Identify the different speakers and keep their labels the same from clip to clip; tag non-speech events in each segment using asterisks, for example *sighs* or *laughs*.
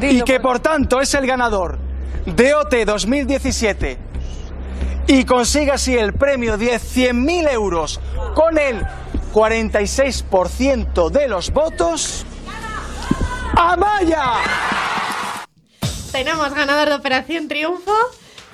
Speaker 1: y que por tanto es el ganador de OT 2017 y consigue así el premio de 100.000 euros con el 46% de los votos, Amaya.
Speaker 2: Tenemos ganador de Operación Triunfo.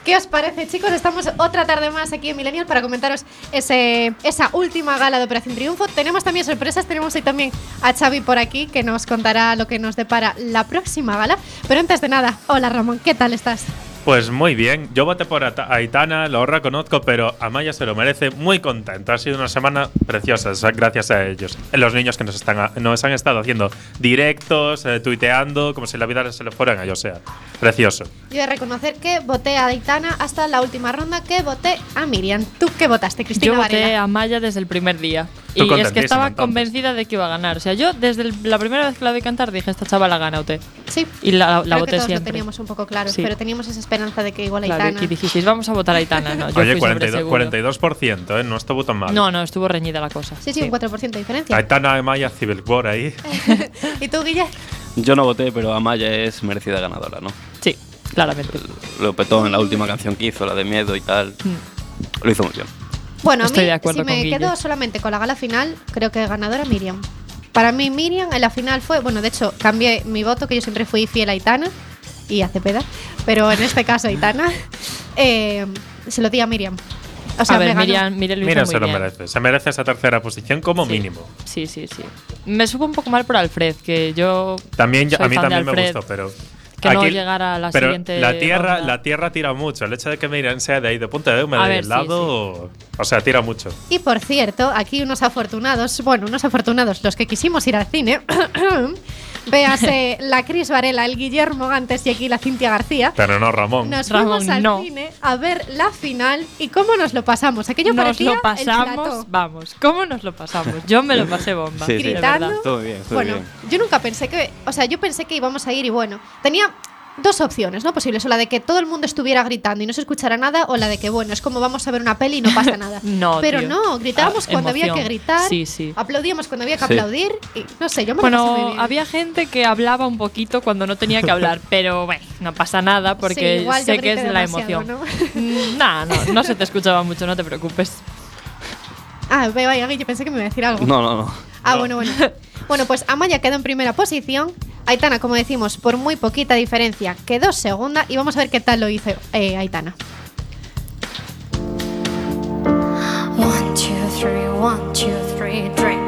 Speaker 2: ¿Qué os parece, chicos? Estamos otra tarde más aquí en Millennial para comentaros ese- esa última gala de Operación Triunfo. Tenemos también sorpresas, tenemos hoy también a Xavi por aquí que nos contará lo que nos depara la próxima gala. Pero antes de nada, hola Ramón, ¿qué tal estás?
Speaker 3: Pues muy bien, yo voté por Ata- Aitana, lo reconozco, pero Amaya se lo merece, muy contento. Ha sido una semana preciosa, o sea, gracias a ellos. Los niños que nos, están a- nos han estado haciendo directos, eh, tuiteando, como si la vida se lo fueran a ellos, o sea, precioso.
Speaker 2: Yo he de reconocer que voté a Aitana hasta la última ronda que voté a Miriam. ¿Tú qué votaste, Cristina
Speaker 4: Yo voté
Speaker 2: Varela?
Speaker 4: a Maya desde el primer día.
Speaker 3: Tú
Speaker 4: Y es que
Speaker 3: contentísima,
Speaker 4: estaba
Speaker 3: entonces.
Speaker 4: convencida de que iba a ganar. O sea, yo desde el- la primera vez que la vi cantar dije, esta chavala gana OT.
Speaker 2: Sí.
Speaker 4: Y la, la
Speaker 2: Creo que
Speaker 4: voté
Speaker 2: todos lo
Speaker 4: siempre.
Speaker 2: teníamos un poco claro,
Speaker 4: Sí.
Speaker 2: pero teníamos esa esperanza de que igual
Speaker 4: Claro,
Speaker 2: Aitana.
Speaker 4: y dijisteis, vamos a votar a Aitana. No, Ah,
Speaker 3: Oye,
Speaker 4: yo fui siempre
Speaker 3: 42%,
Speaker 4: seguro.
Speaker 3: 42%, ¿eh? no estuvo tan mal.
Speaker 4: No, no, estuvo reñida la cosa.
Speaker 2: Sí, sí, un 4% de diferencia.
Speaker 3: Aitana, Amaya, Civil War ahí.
Speaker 4: Eh,
Speaker 2: ¿Y tú, Guille?
Speaker 5: Yo no voté, pero Amaya es merecida ganadora, ¿no?
Speaker 4: Sí, claramente.
Speaker 5: Lo petó en la última canción que hizo, la de Miedo y tal. Lo hizo muy bien.
Speaker 2: Bueno, a
Speaker 4: Estoy
Speaker 2: mí,
Speaker 4: de acuerdo
Speaker 2: si me
Speaker 4: con Guille.
Speaker 2: quedo solamente con la gala final, creo que ganadora Miriam. Para mí, Miriam en la final fue. Bueno, de hecho, cambié mi voto, que yo siempre fui fiel a Aitana y a Cepeda, pero en este caso,
Speaker 4: *laughs*
Speaker 2: Aitana. eh, se lo di a Miriam. O sea,
Speaker 4: a
Speaker 2: me
Speaker 4: ver,
Speaker 2: ganó.
Speaker 4: Miriam, Miriam lo hizo
Speaker 3: Mira,
Speaker 4: muy
Speaker 3: se lo
Speaker 4: bien.
Speaker 3: merece. Se merece esa tercera posición como
Speaker 4: Sí.
Speaker 3: mínimo.
Speaker 4: Sí, sí, sí. Me supo un poco mal por Alfred, que yo.
Speaker 3: También ya-
Speaker 4: soy
Speaker 3: a mí
Speaker 4: fan de
Speaker 3: también me
Speaker 4: Alfred.
Speaker 3: gustó, pero
Speaker 4: que no llegara a la
Speaker 3: pero
Speaker 4: siguiente
Speaker 3: La tierra,
Speaker 4: ronda.
Speaker 3: la tierra tira mucho. El hecho de que Miriam sea de ahí de punta de
Speaker 4: A
Speaker 3: húmeda y
Speaker 4: ver,
Speaker 3: el
Speaker 4: sí,
Speaker 3: lado, o sea, tira mucho.
Speaker 2: Y por cierto, aquí unos afortunados, bueno, unos afortunados, los que quisimos ir al cine, *coughs* véase la Cris Varela, el Guillermo Gantes y aquí la Cintia García.
Speaker 3: Pero no Ramón.
Speaker 2: Nos
Speaker 4: Ramón,
Speaker 2: fuimos al
Speaker 4: no.
Speaker 2: cine a ver la final y cómo nos lo pasamos. Aquello
Speaker 4: nos
Speaker 2: parecía
Speaker 4: lo
Speaker 2: el
Speaker 4: pasamos,
Speaker 2: plató.
Speaker 4: vamos. ¿Cómo nos lo pasamos? Yo me lo pasé bomba.
Speaker 5: Sí, sí.
Speaker 4: de
Speaker 2: Gritando.
Speaker 4: verdad.
Speaker 5: Estuvo bien, estuvo
Speaker 2: Bueno,
Speaker 5: bien.
Speaker 2: yo nunca pensé que, o sea, yo pensé que íbamos a ir y bueno, tenía dos opciones, ¿no? Posibles, o la de que todo el mundo estuviera gritando y no se escuchara nada, o la de que, bueno, es como vamos a ver una peli y no
Speaker 4: *laughs*
Speaker 2: pasa nada.
Speaker 4: No,
Speaker 2: Pero
Speaker 4: tío.
Speaker 2: no, gritábamos
Speaker 4: Ah,
Speaker 2: cuando había que
Speaker 4: emoción.
Speaker 2: gritar,
Speaker 4: Sí, sí.
Speaker 2: aplaudíamos cuando había que
Speaker 5: Sí.
Speaker 2: aplaudir y no sé, yo me lo pasé muy
Speaker 4: Bueno,
Speaker 2: bien.
Speaker 4: había gente que hablaba un poquito cuando no tenía
Speaker 2: *laughs*
Speaker 4: que hablar, pero bueno, no pasa nada porque
Speaker 2: Sí, igual yo
Speaker 4: sé que
Speaker 2: grité
Speaker 4: es la
Speaker 2: demasiado,
Speaker 4: emoción. Mm, nah, no, no se te escuchaba mucho, no
Speaker 2: *laughs*
Speaker 4: te preocupes.
Speaker 2: Ah, veo ahí a Guille, pensé que me iba a decir algo.
Speaker 5: No, no, no.
Speaker 2: Ah, bueno,
Speaker 4: *laughs*
Speaker 2: bueno. Bueno, pues Amaya quedó en primera posición. Aitana, como decimos, por muy poquita diferencia, quedó segunda. Y vamos a ver qué tal lo hizo eh, Aitana.
Speaker 6: One, two, three, one, two, three, drink.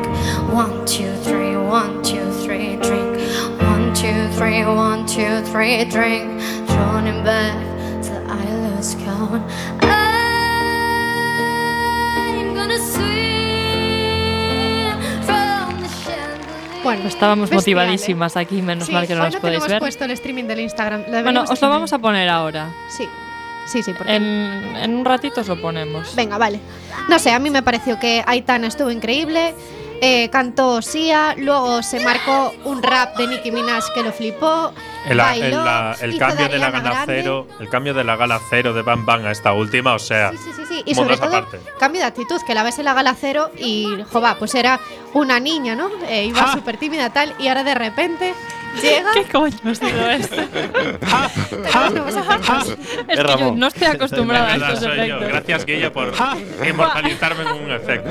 Speaker 6: One, two, three, one, two, three, drink. One, two, three, one, two, three, drink. Turning back till I lose count. I'm gonna swim from the chandelier.
Speaker 2: Bueno,
Speaker 4: Estábamos
Speaker 2: Bestial, ¿eh?
Speaker 4: motivadísimas aquí, menos
Speaker 2: Sí,
Speaker 4: mal que no
Speaker 2: hoy
Speaker 4: nos podéis
Speaker 2: tenemos
Speaker 4: ver.
Speaker 2: puesto el streaming del Instagram. Lo
Speaker 4: Bueno,
Speaker 2: deberíamos
Speaker 4: os lo
Speaker 2: tener.
Speaker 4: vamos a Em, poner ahora.
Speaker 2: Sí, sí, sí. Porque...
Speaker 4: En, en un ratito os lo ponemos.
Speaker 2: Venga, vale. No sé, a mí me pareció que Aitana estuvo increíble. eh, cantó Sia, luego se marcó un rap de Nicki Minaj que lo flipó.
Speaker 3: El, la- el-
Speaker 2: bailó,
Speaker 3: la- el
Speaker 2: hizo
Speaker 3: cambio de la
Speaker 2: Ariana
Speaker 3: gala
Speaker 2: Grande.
Speaker 3: cero, el cambio de la gala cero de Bam Bam a esta última, o sea,
Speaker 2: Sí, sí, sí, sí. Y sobre
Speaker 3: mundos
Speaker 2: todo,
Speaker 3: aparte.
Speaker 2: cambio de actitud, que la ves en la gala cero y, jova, pues era una niña, ¿no? Eh, iba
Speaker 3: Ja.
Speaker 2: súper tímida tal, y ahora de repente llega. *laughs*
Speaker 4: Ah. ¿Qué Ah. coño ha sido esto?
Speaker 2: Tenemos nuevos efectos.
Speaker 4: Es que yo
Speaker 5: Ramón.
Speaker 4: no
Speaker 3: *laughs*
Speaker 4: estoy acostumbrada a
Speaker 3: Verdad,
Speaker 4: estos
Speaker 3: soy yo.
Speaker 4: efectos.
Speaker 3: Gracias, Guille, por inmortalizarme en un efecto.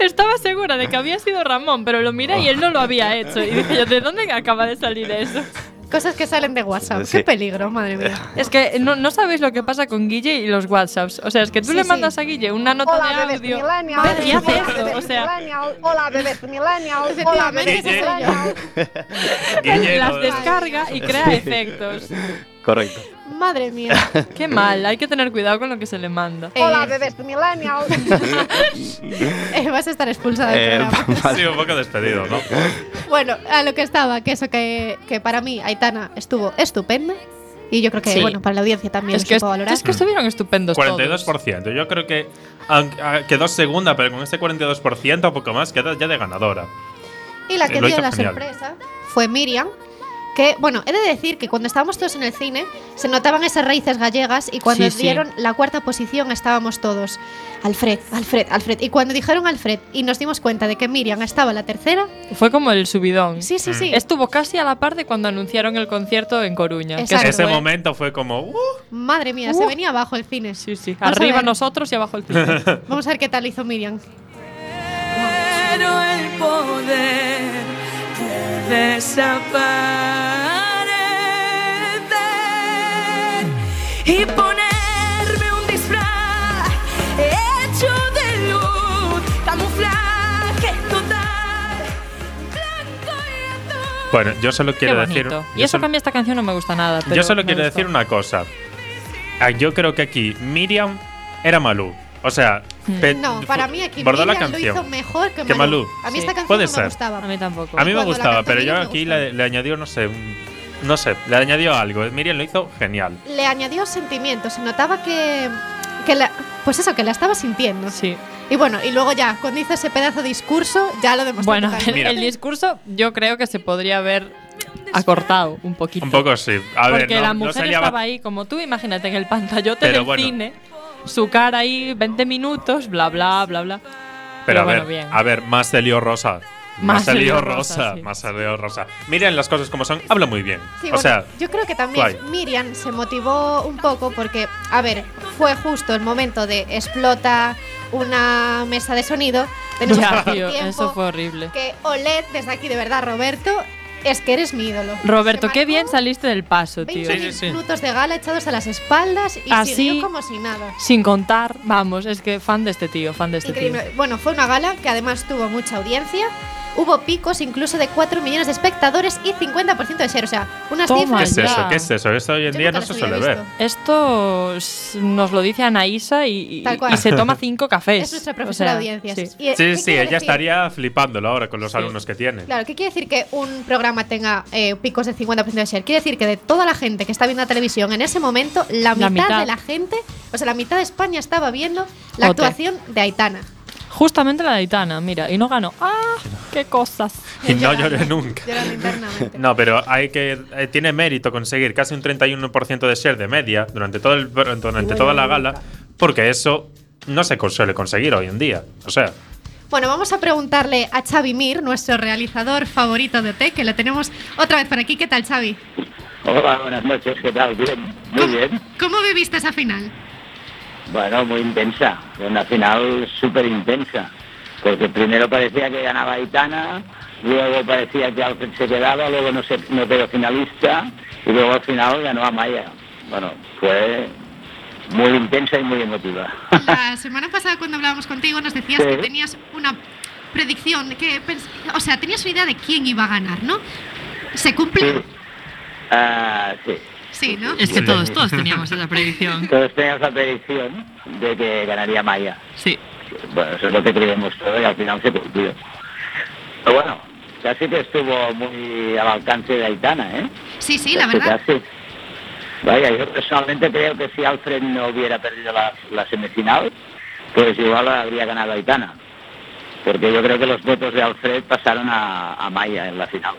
Speaker 4: Estaba segura de que había sido Ramón, pero lo miré y él no
Speaker 3: *laughs*
Speaker 4: lo había hecho. Y dije yo, ¿de dónde acaba de salir eso?
Speaker 2: Cosas que salen de WhatsApp.
Speaker 5: Sí.
Speaker 2: Qué peligro, madre
Speaker 4: *laughs*
Speaker 2: mía.
Speaker 4: Es que no, no sabéis lo que pasa con Guille y los WhatsApps. O sea, es que tú
Speaker 2: Sí,
Speaker 4: le
Speaker 2: sí.
Speaker 4: mandas a Guille una nota de
Speaker 7: Hola, bebés
Speaker 4: audio.
Speaker 7: millennials.
Speaker 4: y hace
Speaker 7: Hola,
Speaker 4: esto, o
Speaker 7: bebés
Speaker 4: sea,
Speaker 7: millennials. Hola, bebés millennials. Hola,
Speaker 2: Efectivamente,
Speaker 7: bebés
Speaker 2: ese
Speaker 3: Guille.
Speaker 2: soy yo.
Speaker 3: Guille, pues,
Speaker 4: las
Speaker 3: lo-
Speaker 4: descarga y crea efectos.
Speaker 5: Correcto.
Speaker 2: Madre mía.
Speaker 4: Qué mal, hay que tener cuidado con lo que se le manda.
Speaker 2: Eh,
Speaker 7: Hola, bebés millennials.
Speaker 2: *laughs* eh, vas a estar expulsada del
Speaker 5: Eh,
Speaker 3: *laughs*
Speaker 2: programa.
Speaker 3: sí, un poco despedido, ¿no?
Speaker 2: Bueno, a lo que estaba, que eso que, que para mí Aitana estuvo estupenda. Y yo creo que,
Speaker 4: Sí.
Speaker 2: bueno, para la audiencia también
Speaker 4: Es
Speaker 2: lo
Speaker 4: que,
Speaker 2: supo
Speaker 4: est-
Speaker 2: valorar.
Speaker 4: es que estuvieron estupendos todos.
Speaker 3: 42%. Yo creo que aunque- ah, quedó segunda, pero con este 42% o poco más, queda ya de ganadora.
Speaker 2: Y la
Speaker 3: Eh,
Speaker 2: que
Speaker 3: lo
Speaker 2: dio
Speaker 3: hizo
Speaker 2: la
Speaker 3: genial.
Speaker 2: sorpresa fue Miriam, que, bueno, he de decir que cuando estábamos todos en el cine se notaban esas raíces gallegas y cuando
Speaker 4: Sí, sí.
Speaker 2: dieron la cuarta posición estábamos todos, Alfred, Alfred, Alfred. Y cuando dijeron Alfred y nos dimos cuenta de que Miriam estaba la tercera,
Speaker 4: Fue como el subidón.
Speaker 2: sí, sí, sí,
Speaker 4: Estuvo casi a la par de cuando anunciaron el concierto en Coruña. que
Speaker 2: Exacto.
Speaker 3: Ese
Speaker 4: eso fue-
Speaker 3: momento fue como. "Uh".
Speaker 2: madre mía, se venía abajo el cine.
Speaker 4: Sí, sí.
Speaker 2: Vamos a
Speaker 4: Arriba
Speaker 2: ver.
Speaker 4: nosotros y abajo el tío.
Speaker 2: Vamos a ver qué tal hizo Miriam.
Speaker 8: Pero el poder que desaparecer y ponerme un disfraz hecho de luz, camuflaje total, blanco y azul.
Speaker 3: Bueno, yo solo
Speaker 4: Qué
Speaker 3: quiero decir.
Speaker 4: bonito.
Speaker 3: yo
Speaker 4: Y eso
Speaker 3: solo-
Speaker 4: cambia esta canción, no me gusta nada. pero
Speaker 3: Yo solo
Speaker 4: me
Speaker 3: quiero
Speaker 4: gustó.
Speaker 3: decir una cosa. Ah, Yo creo que aquí Miriam era Malú. O sea,
Speaker 4: Hmm.
Speaker 3: pe-
Speaker 2: No, para mí aquí
Speaker 3: bordó
Speaker 2: Miriam
Speaker 3: Eh, la canción.
Speaker 2: lo hizo mejor que
Speaker 3: Que
Speaker 2: Malú.
Speaker 3: Malú.
Speaker 2: A mí
Speaker 4: Sí.
Speaker 2: esta canción
Speaker 3: Puede
Speaker 2: no
Speaker 3: ser.
Speaker 2: me gustaba.
Speaker 4: A mí tampoco.
Speaker 3: A mí me
Speaker 2: Cuando la
Speaker 3: gustaba,
Speaker 2: cantó
Speaker 3: pero yo
Speaker 2: Miriam me
Speaker 3: aquí
Speaker 2: gustó.
Speaker 3: le, le añadió, no sé, un- no sé, le añadió algo. Miriam lo hizo genial.
Speaker 2: Le añadió sentimiento, se notaba que, que la, pues eso, que la estaba sintiendo.
Speaker 4: Sí.
Speaker 2: Y bueno, y luego ya, cuando hizo ese pedazo de discurso, ya lo demostró.
Speaker 4: Bueno,
Speaker 2: totalmente.
Speaker 4: el,
Speaker 3: Mira.
Speaker 4: el discurso yo creo que se podría haber acortado un poquito.
Speaker 3: Un poco sí. A ver,
Speaker 4: porque
Speaker 3: no,
Speaker 4: la
Speaker 3: no
Speaker 4: mujer
Speaker 3: salía ba-
Speaker 4: estaba ahí como tú, imagínate, en el pantallote
Speaker 3: Pero
Speaker 4: del
Speaker 3: bueno.
Speaker 4: cine, su cara ahí 20 minutos, bla, bla, bla, bla.
Speaker 3: Pero a
Speaker 4: bueno,
Speaker 3: ver,
Speaker 4: bien.
Speaker 3: a ver, más de lío rosa.
Speaker 4: Más
Speaker 3: Más de
Speaker 4: de lío
Speaker 3: lío
Speaker 4: rosa,
Speaker 3: rosa,
Speaker 4: sí.
Speaker 3: más de lío rosa. Miriam las cosas como son, habla muy bien.
Speaker 2: Sí,
Speaker 3: o
Speaker 2: bueno,
Speaker 3: sea,
Speaker 2: yo creo que también
Speaker 3: guay.
Speaker 2: Miriam se motivó un poco porque, a ver, fue justo el momento de explota una mesa de sonido. Tenemos
Speaker 4: Ya,
Speaker 2: poco *laughs*
Speaker 4: tío,
Speaker 2: tiempo,
Speaker 4: eso fue horrible.
Speaker 2: Que Oled, desde aquí, de verdad, Roberto, es que eres mi ídolo.
Speaker 4: Roberto,
Speaker 2: Se
Speaker 4: qué
Speaker 2: marcó
Speaker 4: bien saliste del paso, tío.
Speaker 2: 20
Speaker 3: Sí, sí, sí.
Speaker 2: minutos de gala echados a las espaldas y
Speaker 4: Así-
Speaker 2: siguió como si nada.
Speaker 4: Sin contar, vamos, es que fan de este tío, fan de este tío.
Speaker 2: Increíble. Bueno, fue una gala que además tuvo mucha audiencia. Hubo picos incluso de 4 millones de espectadores y 50% de share. O sea, unas
Speaker 4: Toma
Speaker 3: ¿qué
Speaker 2: cifras.
Speaker 3: es
Speaker 4: ya.
Speaker 3: eso? ¿Qué es eso? Esto hoy en
Speaker 2: Yo
Speaker 3: día
Speaker 2: nunca
Speaker 3: no
Speaker 2: las
Speaker 3: se
Speaker 2: había
Speaker 3: suele ver.
Speaker 2: visto.
Speaker 4: Esto s- nos lo dice Anaísa y, y-
Speaker 2: Tal cual.
Speaker 4: y se toma
Speaker 2: *laughs*
Speaker 4: cinco cafés.
Speaker 2: Es nuestra
Speaker 4: o
Speaker 2: profesora
Speaker 4: sea,
Speaker 2: de audiencias.
Speaker 4: sí.
Speaker 2: Y, eh, ¿qué
Speaker 3: Sí, sí,
Speaker 2: quiere
Speaker 3: ella
Speaker 2: decir?
Speaker 3: estaría flipándolo ahora con los
Speaker 4: Sí.
Speaker 3: alumnos que tiene.
Speaker 2: Claro, ¿qué quiere decir que un programa tenga eh, picos de 50% de share? Quiere decir que de toda la gente que está viendo la televisión en ese momento, la mitad,
Speaker 4: La mitad.
Speaker 2: de la gente, o sea, la mitad de España estaba viendo la
Speaker 4: Joder.
Speaker 2: actuación de
Speaker 4: *laughs*
Speaker 2: Aitana.
Speaker 4: Justamente la de Aitana, mira, y no ganó. ¡Ah! ¡Qué cosas!
Speaker 3: Y no
Speaker 2: Llorando.
Speaker 3: lloré nunca.
Speaker 2: Llorando internamente.
Speaker 3: No, pero hay que eh, tiene mérito conseguir casi un 31% de share de media durante todo el durante toda la gala, porque eso no se con- suele conseguir hoy en día. O sea,
Speaker 2: Bueno, vamos a preguntarle a Xavi Mir, nuestro realizador favorito de T, E que lo tenemos otra vez por aquí. ¿Qué tal, Xavi?
Speaker 9: Hola, buenas noches, ¿qué tal? Bien, muy
Speaker 2: ¿Cómo-
Speaker 9: bien.
Speaker 2: ¿Cómo viviste
Speaker 9: *laughs*
Speaker 2: esa final?
Speaker 9: Bueno, muy intensa, una final súper intensa, porque primero parecía que ganaba Aitana, luego parecía que Alfred se quedaba, luego no, se, no quedó finalista y luego al final ganó Amaya. Bueno, fue muy intensa y muy emotiva. *laughs*
Speaker 2: La semana pasada cuando hablábamos contigo nos decías
Speaker 9: Sí.
Speaker 2: que tenías una predicción, que pens- o sea, tenías una idea de quién iba a ganar, ¿no? ¿Se cumple?
Speaker 9: sí. Ah, sí.
Speaker 2: Sí, ¿no?
Speaker 10: Es que todos, todos teníamos esa predicción.
Speaker 9: Todos teníamos la predicción de que ganaría Amaya.
Speaker 10: Sí.
Speaker 9: Bueno, eso es lo que creíamos todo y al final se cumplió. Pero bueno, casi que estuvo muy al alcance de Aitana, ¿eh?
Speaker 2: Sí, sí, la
Speaker 9: Casi,
Speaker 2: verdad.
Speaker 9: casi. Vaya, yo personalmente creo que si Alfred no hubiera perdido la, la semifinal, pues igual habría ganado Aitana. Porque yo creo que los votos de Alfred pasaron a, a Maya en la final.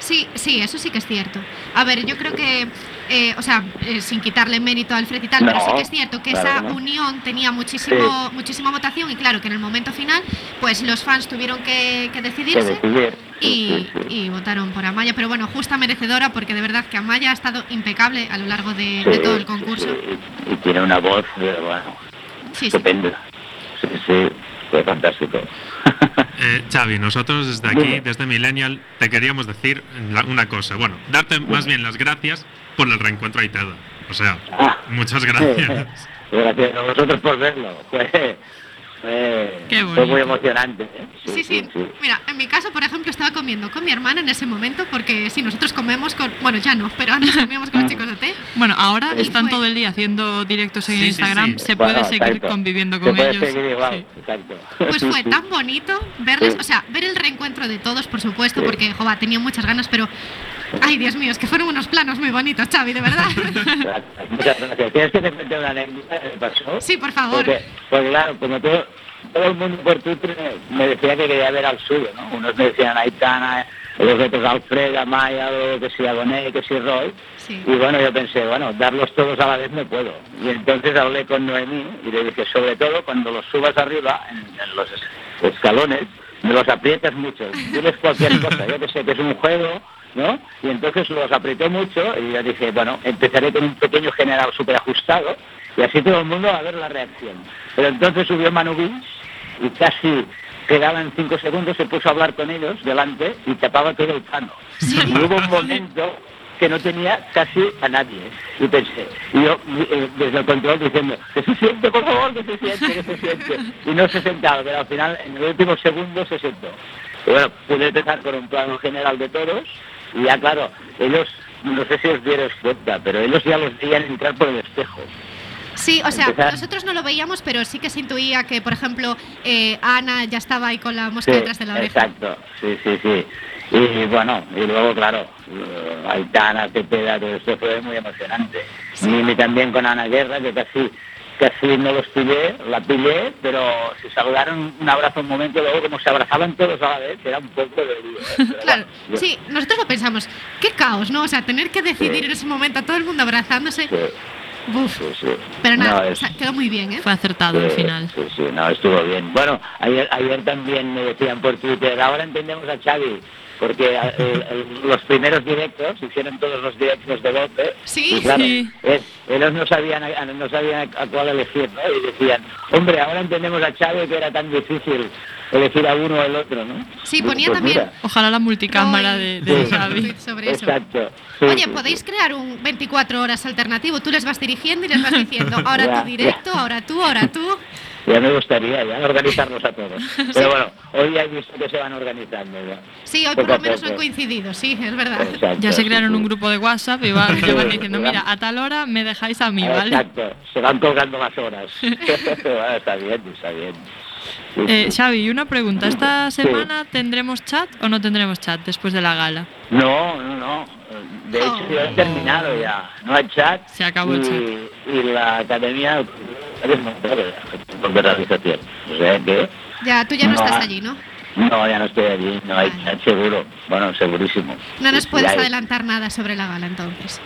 Speaker 2: Sí, sí, eso sí que es cierto. A ver, yo creo que, eh, o sea, eh, sin quitarle mérito a Alfred y tal,
Speaker 9: No,
Speaker 2: pero sí que es cierto que
Speaker 9: claro
Speaker 2: esa
Speaker 9: que no.
Speaker 2: unión tenía muchísimo, muchísima votación y claro que en el momento final, pues los fans tuvieron que, que
Speaker 9: Que
Speaker 2: decidirse.
Speaker 9: decidir.
Speaker 2: Y,
Speaker 9: Sí, sí, sí.
Speaker 2: y votaron por Amaya, pero bueno, justa merecedora porque de verdad que Amaya ha estado impecable a lo largo de, de
Speaker 9: Sí,
Speaker 2: todo el
Speaker 9: sí,
Speaker 2: concurso.
Speaker 9: sí. Y, y tiene una voz, eh, bueno,
Speaker 2: Sí, sí.
Speaker 9: estupenda. Sí, sí, fue fantástico.
Speaker 3: Eh, Xavi, nosotros desde aquí, desde Millennial, te queríamos decir la- una cosa. Bueno, darte más bien las gracias por el reencuentro aitado. O sea,
Speaker 9: Ah.
Speaker 3: muchas gracias. *laughs*
Speaker 9: Gracias a vosotros por verlo. *laughs* Fue, fue,
Speaker 10: Qué
Speaker 9: fue
Speaker 10: bonito.
Speaker 9: muy emocionante. ¿eh?
Speaker 2: Sí, sí. Mira, en mi caso, por ejemplo, estaba comiendo con mi hermana en ese momento porque si nosotros comemos con... Bueno, ya no, pero antes comíamos con los
Speaker 9: Ah.
Speaker 2: chicos de té.
Speaker 10: Bueno, ahora
Speaker 2: Pues
Speaker 9: Sí.
Speaker 10: están todo el día haciendo directos en
Speaker 3: Sí, sí,
Speaker 10: Instagram.
Speaker 3: sí.
Speaker 10: Se puede
Speaker 9: Bueno,
Speaker 10: seguir
Speaker 9: exacto.
Speaker 10: conviviendo
Speaker 9: Se
Speaker 10: con
Speaker 9: puede
Speaker 10: ellos.
Speaker 9: seguir igual,
Speaker 10: Sí.
Speaker 9: exacto.
Speaker 2: Pues fue tan bonito verles,
Speaker 9: Sí.
Speaker 2: o sea, ver el reencuentro de todos, por supuesto, porque, joba, tenía muchas ganas, pero... Ay, Dios mío, es que fueron unos planos muy bonitos, Xavi,
Speaker 9: *laughs*
Speaker 2: de verdad.
Speaker 9: Gracias, Muchas gracias. ¿Quieres que te cuente una anécdota que me pasó?
Speaker 2: Sí, por favor.
Speaker 9: Porque, pues claro, como todo, todo el mundo por Twitter me decía que quería ver al suyo, ¿no? Unos me decían Aitana, eh, los otros Alfreda, Maya, o que si Agoné, que si Roy. Y bueno, yo pensé, bueno, darlos todos a la vez no puedo. Y entonces hablé con Noemí y le dije, sobre todo cuando los subas arriba, en, en los escalones, me los aprietas mucho. Diles cualquier cosa, yo que sé que es un juego, ¿no? Y entonces los apreté mucho y yo dije, bueno, empezaré con un pequeño general súper ajustado y así todo el mundo va a ver la reacción. Pero entonces subió Manu Gins y casi quedaban cinco segundos, se puso a hablar con ellos delante y tapaba todo el plano. Y hubo un momento que no tenía casi a nadie. ¿eh? Y pensé, y yo eh, desde el control diciendo, que se siente, por favor, que se siente, que se siente. Y no se sentaba, pero al final, en el último segundo, se sentó. Y bueno, pude empezar con un plano general de toros y ya claro, ellos, no sé si os dieron cuenta, pero ellos ya los veían entrar por el espejo.
Speaker 2: Sí, o sea,
Speaker 9: Empezar.
Speaker 2: nosotros no lo veíamos, pero sí que se intuía que, por ejemplo, eh, Ana ya estaba ahí con la mosca detrás de la oreja.
Speaker 9: Exacto, sí, sí, sí. Y bueno, y luego, claro, eh, Aitana, Cepeda, todo esto fue muy emocionante. Y, y también con Ana Guerra, que casi casi no los pillé, la pillé, pero se saludaron un abrazo un momento, luego como se abrazaban todos a la vez, era un poco de lío.
Speaker 2: *laughs* Claro,
Speaker 9: yo-
Speaker 2: sí, nosotros lo pensamos. Qué caos, ¿no? O sea, tener que decidir
Speaker 9: Sí.
Speaker 2: en ese momento a todo el mundo abrazándose. Buf.
Speaker 9: Sí, sí.
Speaker 2: Pero
Speaker 9: No,
Speaker 2: nada,
Speaker 9: es-
Speaker 2: o sea, quedó muy bien, ¿eh?
Speaker 10: Fue acertado al
Speaker 9: Sí,
Speaker 10: final.
Speaker 9: Sí, sí, no, estuvo bien. Bueno, ayer, ayer también me decían por Twitter, ahora entendemos a Xavi, porque a- el- el- los primeros directos hicieron todos los directos de golpe.
Speaker 2: Sí,
Speaker 9: y claro,
Speaker 10: sí.
Speaker 9: eh, ellos no sabían, a, a- no sabían a cuál elegir, ¿no? Y decían, hombre, ahora entendemos a Xavi que era tan difícil elegir a uno o el otro, ¿no?
Speaker 2: Sí,
Speaker 9: Digo,
Speaker 2: ponía
Speaker 9: pues
Speaker 2: también-
Speaker 9: mira.
Speaker 10: Ojalá la multicámara
Speaker 2: Roy.
Speaker 10: de, de
Speaker 9: Sí.
Speaker 10: Xavi.
Speaker 2: sobre eso.
Speaker 9: Exacto. Sí, sí,
Speaker 2: Oye,
Speaker 9: sí.
Speaker 2: podéis crear un 24 horas alternativo. Tú les vas dirigiendo y les vas
Speaker 9: *laughs*
Speaker 2: diciendo, ahora
Speaker 9: Ya,
Speaker 2: tú directo,
Speaker 9: ya.
Speaker 2: ahora tú, ahora tú.
Speaker 9: Ya me gustaría, ya organizarnos a
Speaker 2: *laughs*
Speaker 9: todos. Pero bueno, hoy ya he visto que se van organizando. ya.
Speaker 2: Sí, hoy
Speaker 9: Poco
Speaker 2: por lo
Speaker 9: a
Speaker 2: menos no he
Speaker 9: poco.
Speaker 2: coincidido, sí, es verdad.
Speaker 9: Exacto,
Speaker 10: Ya se
Speaker 9: sí,
Speaker 10: crearon
Speaker 9: sí.
Speaker 10: un grupo de WhatsApp y va- te van diciendo,
Speaker 9: ¿verdad?
Speaker 10: mira, a tal hora me dejáis a mí, ¿vale?
Speaker 9: Exacto, se van colgando las horas. Bueno, está bien, está bien. Sí,
Speaker 10: Eh,
Speaker 9: sí.
Speaker 10: Xavi, y una pregunta. ¿Esta
Speaker 9: Sí.
Speaker 10: semana tendremos chat o no tendremos chat después de la gala?
Speaker 9: No, no, no. De hecho,
Speaker 2: Oh.
Speaker 9: ya he terminado ya. No hay chat.
Speaker 10: Se acabó
Speaker 9: y,
Speaker 10: el
Speaker 9: Y la academia ha desmontado ya por realización. O sea que,
Speaker 2: Ya, tú ya no
Speaker 9: No,
Speaker 2: estás
Speaker 9: ah.
Speaker 2: allí, ¿no?
Speaker 9: no, ya no estoy allí. No hay
Speaker 2: Vale.
Speaker 9: chat seguro. Bueno, segurísimo.
Speaker 2: No nos
Speaker 9: Sí,
Speaker 2: puedes
Speaker 9: hay.
Speaker 2: adelantar nada sobre la gala, entonces.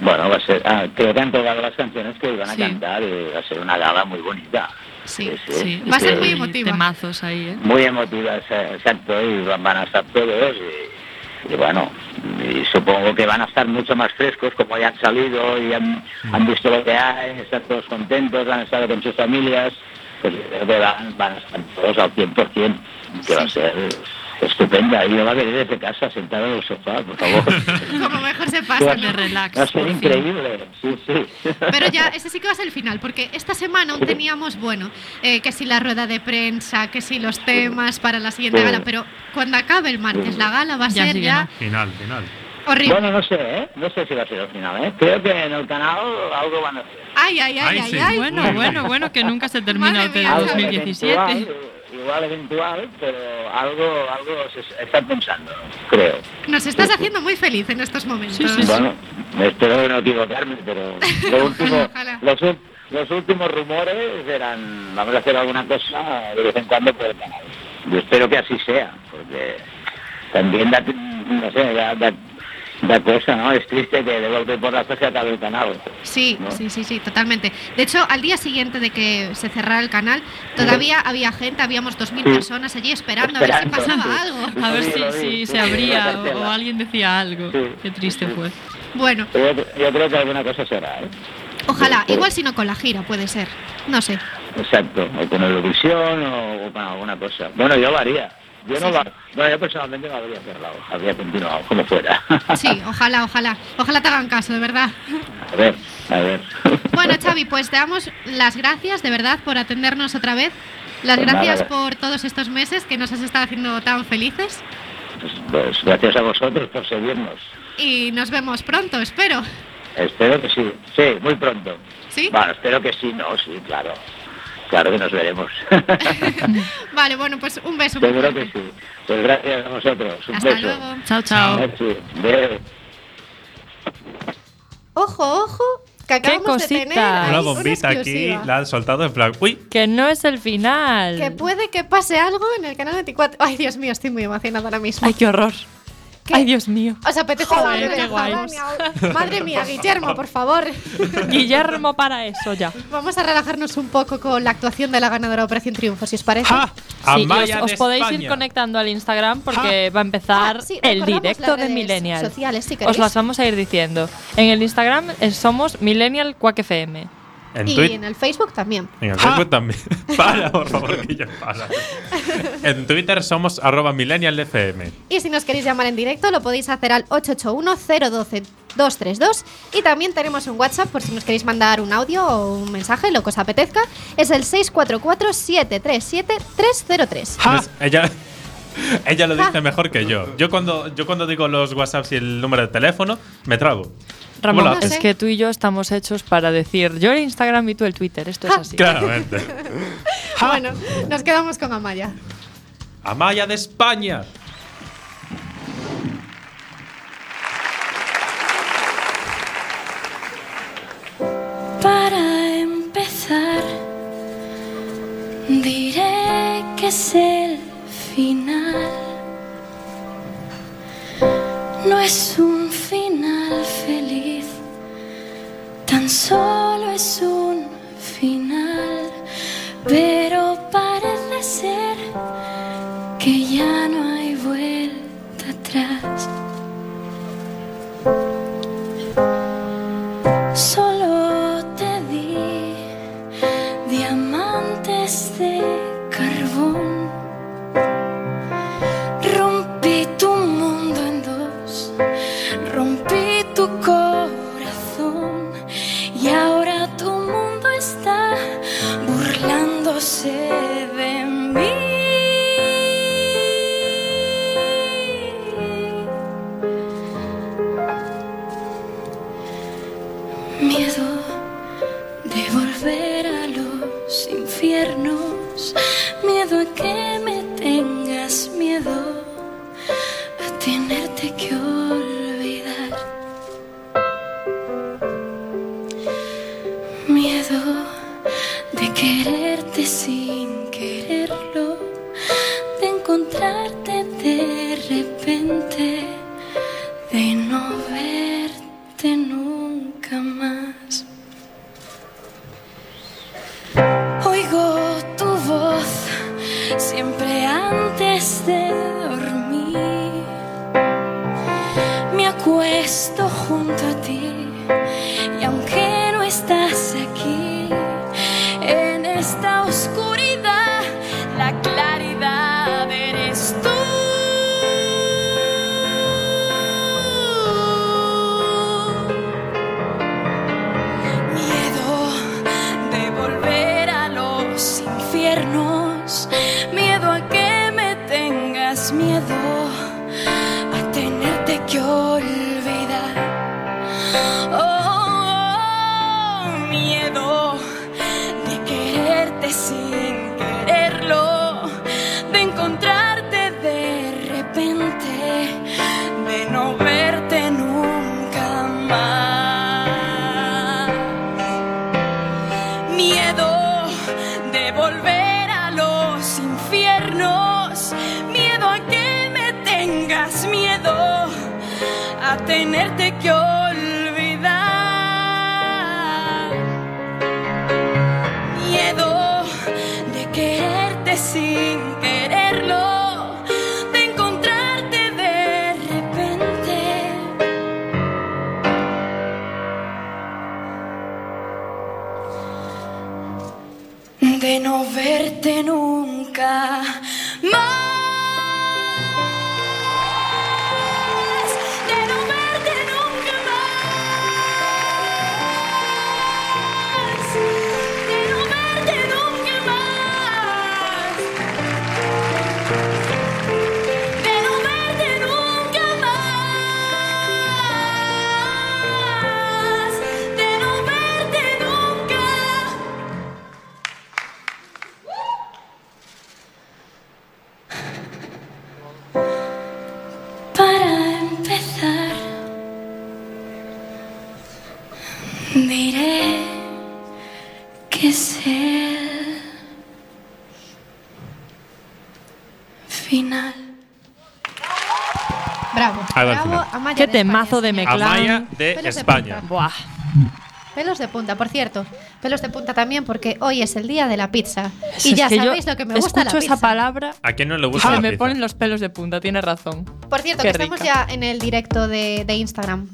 Speaker 9: Bueno, va a ser. ah, creo que han tocado las canciones que iban a
Speaker 10: Sí.
Speaker 9: cantar y va a ser una gala muy bonita.
Speaker 2: Sí.
Speaker 10: Sí.
Speaker 2: Va a ser
Speaker 9: Sí.
Speaker 2: muy
Speaker 10: Hay
Speaker 2: emotiva.
Speaker 10: Temazos ahí, ¿eh?
Speaker 9: muy emotivas, eh, exacto, y van van a estar todos, y, y bueno, y supongo que van a estar mucho más frescos, como ya han salido y han, han visto lo que hay, están todos contentos, han estado con sus familias, pues yo creo que van, van a estar todos al 100%, que va a ser estupenda, y yo va a venir desde casa sentado en el sofá, por favor.
Speaker 2: Como mejor se
Speaker 9: Va *laughs*
Speaker 2: pasa,
Speaker 9: a-
Speaker 10: de relax,
Speaker 9: Va a ser
Speaker 10: por fin.
Speaker 9: increíble, sí, sí.
Speaker 10: *laughs*
Speaker 2: Pero ya, ese sí que va a ser el final, porque esta semana aún teníamos, bueno, eh, que si la rueda de prensa, que si los temas para la siguiente
Speaker 9: Sí.
Speaker 2: gala, pero cuando acabe el martes la gala va a
Speaker 10: Ya
Speaker 2: ser
Speaker 10: sí que
Speaker 2: ya
Speaker 3: Final, final.
Speaker 2: horrible.
Speaker 9: Bueno, no sé, ¿eh? No sé si va a ser al final, ¿eh? Creo que en el canal algo van a hacer.
Speaker 2: Ay, ay, ay,
Speaker 3: Ay,
Speaker 2: ay,
Speaker 3: sí.
Speaker 2: ay.
Speaker 10: Bueno, bueno, bueno, que nunca se termina
Speaker 2: Madre
Speaker 10: el de
Speaker 2: mía,
Speaker 9: Algo
Speaker 10: 2017.
Speaker 9: eventual, igual eventual, pero algo, algo se está pensando, creo.
Speaker 2: Nos estás haciendo muy feliz en estos momentos.
Speaker 10: Sí, sí, sí.
Speaker 9: Bueno, espero no equivocarme,
Speaker 10: *laughs*
Speaker 9: pero lo último,
Speaker 2: Ojalá.
Speaker 9: los, ul- los últimos rumores eran, vamos a hacer alguna cosa de vez en cuando por el canal. Yo espero que así sea, porque también da, no sé, da, da- da cosa, ¿no? Es triste que de golpe por la se acabe el canal.
Speaker 2: Sí,
Speaker 9: ¿no?
Speaker 2: sí, sí, sí, totalmente. De hecho, al día siguiente de que se cerrara el canal, todavía había gente, habíamos 2.000
Speaker 9: Sí.
Speaker 2: personas allí esperando, a ver si
Speaker 9: Esperando,
Speaker 2: pasaba
Speaker 9: sí.
Speaker 2: algo.
Speaker 10: A ver
Speaker 9: Sí, lo
Speaker 10: si,
Speaker 9: vi,
Speaker 10: si
Speaker 9: sí,
Speaker 10: se
Speaker 9: sí,
Speaker 10: abría
Speaker 9: la
Speaker 10: o,
Speaker 9: tela.
Speaker 10: o alguien decía algo.
Speaker 9: Sí.
Speaker 10: Qué triste fue.
Speaker 2: Bueno,
Speaker 9: Pero yo, yo creo que alguna cosa será, ¿eh?
Speaker 2: ojalá,
Speaker 9: Sí.
Speaker 2: igual si no con la gira puede ser, no sé.
Speaker 9: Exacto, o con Eurovisión o, o con alguna cosa. Bueno, yo lo haría. Yo no, lo, no, yo personalmente no habría cerrado, habría continuado como fuera. *laughs*
Speaker 2: Sí, ojalá, ojalá. Ojalá te hagan caso, de verdad.
Speaker 9: a ver, a ver.
Speaker 2: Bueno, Xavi, pues te damos las gracias de verdad por atendernos otra vez. Las
Speaker 9: Pues nada,
Speaker 2: gracias
Speaker 9: gracias.
Speaker 2: por todos estos meses que nos has estado haciendo tan felices.
Speaker 9: Pues, pues gracias a vosotros por seguirnos.
Speaker 2: Y nos vemos pronto, espero.
Speaker 9: Espero que sí, sí, muy pronto.
Speaker 2: ¿Sí?
Speaker 9: Bueno, espero que sí, no, sí, claro. Claro que nos veremos. *laughs*
Speaker 2: Vale, bueno, pues un beso. muy
Speaker 9: Seguro que
Speaker 2: fuerte.
Speaker 9: sí. Pues gracias a vosotros. Un
Speaker 2: Hasta
Speaker 9: beso.
Speaker 2: luego.
Speaker 10: Chao, chao.
Speaker 9: Merci. Adeu.
Speaker 2: Ojo, ojo, que acabamos de
Speaker 4: cosita!
Speaker 2: tener ahí
Speaker 3: Una
Speaker 4: Una
Speaker 3: bombita aquí
Speaker 2: exclusiva.
Speaker 3: la han soltado en plan. Uy,
Speaker 4: Que no es el final.
Speaker 2: Que puede que pase algo en el canal 24. Ay, Dios mío, estoy muy emocionada ahora mismo.
Speaker 4: Ay, qué horror. Ay, Dios mío.
Speaker 2: ¿Os apetece
Speaker 4: Joder,
Speaker 2: jugar
Speaker 4: qué
Speaker 2: una
Speaker 4: guay.
Speaker 2: jugada? Madre mía, Guillermo, por
Speaker 4: *laughs*
Speaker 2: favor.
Speaker 4: Guillermo, para eso ya.
Speaker 2: Vamos a relajarnos un poco con la actuación de la ganadora de Operación Triunfo, si os parece.
Speaker 3: Ah,
Speaker 4: Sí, y
Speaker 3: Amaya
Speaker 4: os, os
Speaker 3: de
Speaker 4: podéis ir
Speaker 3: España.
Speaker 4: conectando al Instagram porque va a empezar
Speaker 2: Ah, sí,
Speaker 4: el
Speaker 2: recordamos
Speaker 4: directo
Speaker 2: las
Speaker 4: de
Speaker 2: redes
Speaker 4: Millennial.
Speaker 2: sociales, si queréis.
Speaker 4: os las vamos a ir diciendo. En el Instagram eh, somos Millennial Quack FM.
Speaker 3: En
Speaker 2: y
Speaker 3: Twitter.
Speaker 2: en el Facebook también.
Speaker 3: En el Facebook también. *laughs* para, por favor, que ya *laughs* para. En Twitter somos arroba millennialfm.
Speaker 2: Y si nos queréis llamar en directo, lo podéis hacer al 881-012-232. Y también tenemos un WhatsApp por si nos queréis mandar un audio o un mensaje, lo que os apetezca. Es el 644-737-303.
Speaker 3: Entonces, Ella, ella lo dice mejor que yo. Yo cuando, yo cuando digo los WhatsApps y el número de teléfono, me trago. ¿Cómo lo
Speaker 4: Ramón,
Speaker 3: haces?
Speaker 4: es que tú y yo estamos hechos para decir yo el Instagram y tú el Twitter. Esto
Speaker 2: Ah.
Speaker 4: es así. *laughs*
Speaker 3: Claramente.
Speaker 2: bueno, nos quedamos con Amaya.
Speaker 3: Amaya de España.
Speaker 11: Para empezar, diré que es el final. No es un final feliz, tan solo es un final. Pero parece ser que ya no hay vuelta atrás. Solo te di diamantes de carbón. Rompí tu mundo en dos, rompí tu corazón y ahora tu mundo está burlándose de mí. miedo de volver a los infiernos, miedo a que me tengas miedo, a tenerte que olvidar, miedo de quererte sin quererlo, de encontrarte de repente, de no verte nunca más. Oigo tu voz siempre antes de dormir. Me acuesto junto a ti y aunque no estás aquí, en esta oscuridad, la claridad eres tú. Miedo de volver a los infiernos, miedo a que me tengas miedo, a tenerte que olvidar. Oh, oh, oh, miedo de quererte sin quererlo, de encontrarte de repente, de no verte nunca más. Miedo de volver a los infiernos, miedo a que me tengas miedo, a tenerte que olvidar. Miedo de quererte sin quererlo, de encontrarte de repente. de no verte nunca más. De no verte nunca más. De no verte nunca más. De no verte nunca más. De no verte nunca Para empezar, diré que es el final.
Speaker 2: Bravo.
Speaker 3: Ahí va el final.
Speaker 2: Amaya
Speaker 4: Qué
Speaker 2: de España,
Speaker 4: temazo de
Speaker 2: señor.
Speaker 4: Meclán.
Speaker 3: Amaya de
Speaker 2: Pelos de
Speaker 3: España.
Speaker 2: punta.
Speaker 4: Buah.
Speaker 2: Pelos de punta, por cierto. Pelos de punta también porque hoy es el día de la pizza.
Speaker 4: Pues Es-
Speaker 2: Y ya
Speaker 4: es que yo
Speaker 2: sabéis lo que me gusta la
Speaker 4: escucho
Speaker 2: pizza.
Speaker 4: esa palabra
Speaker 3: ¿A quién no le
Speaker 4: y
Speaker 3: gusta
Speaker 4: se
Speaker 3: la
Speaker 4: Ah, me
Speaker 3: pizza?
Speaker 4: ponen los pelos de punta, tienes razón.
Speaker 2: Por cierto,
Speaker 4: Qué
Speaker 2: que estamos
Speaker 4: rica.
Speaker 2: ya en el directo de, de Instagram.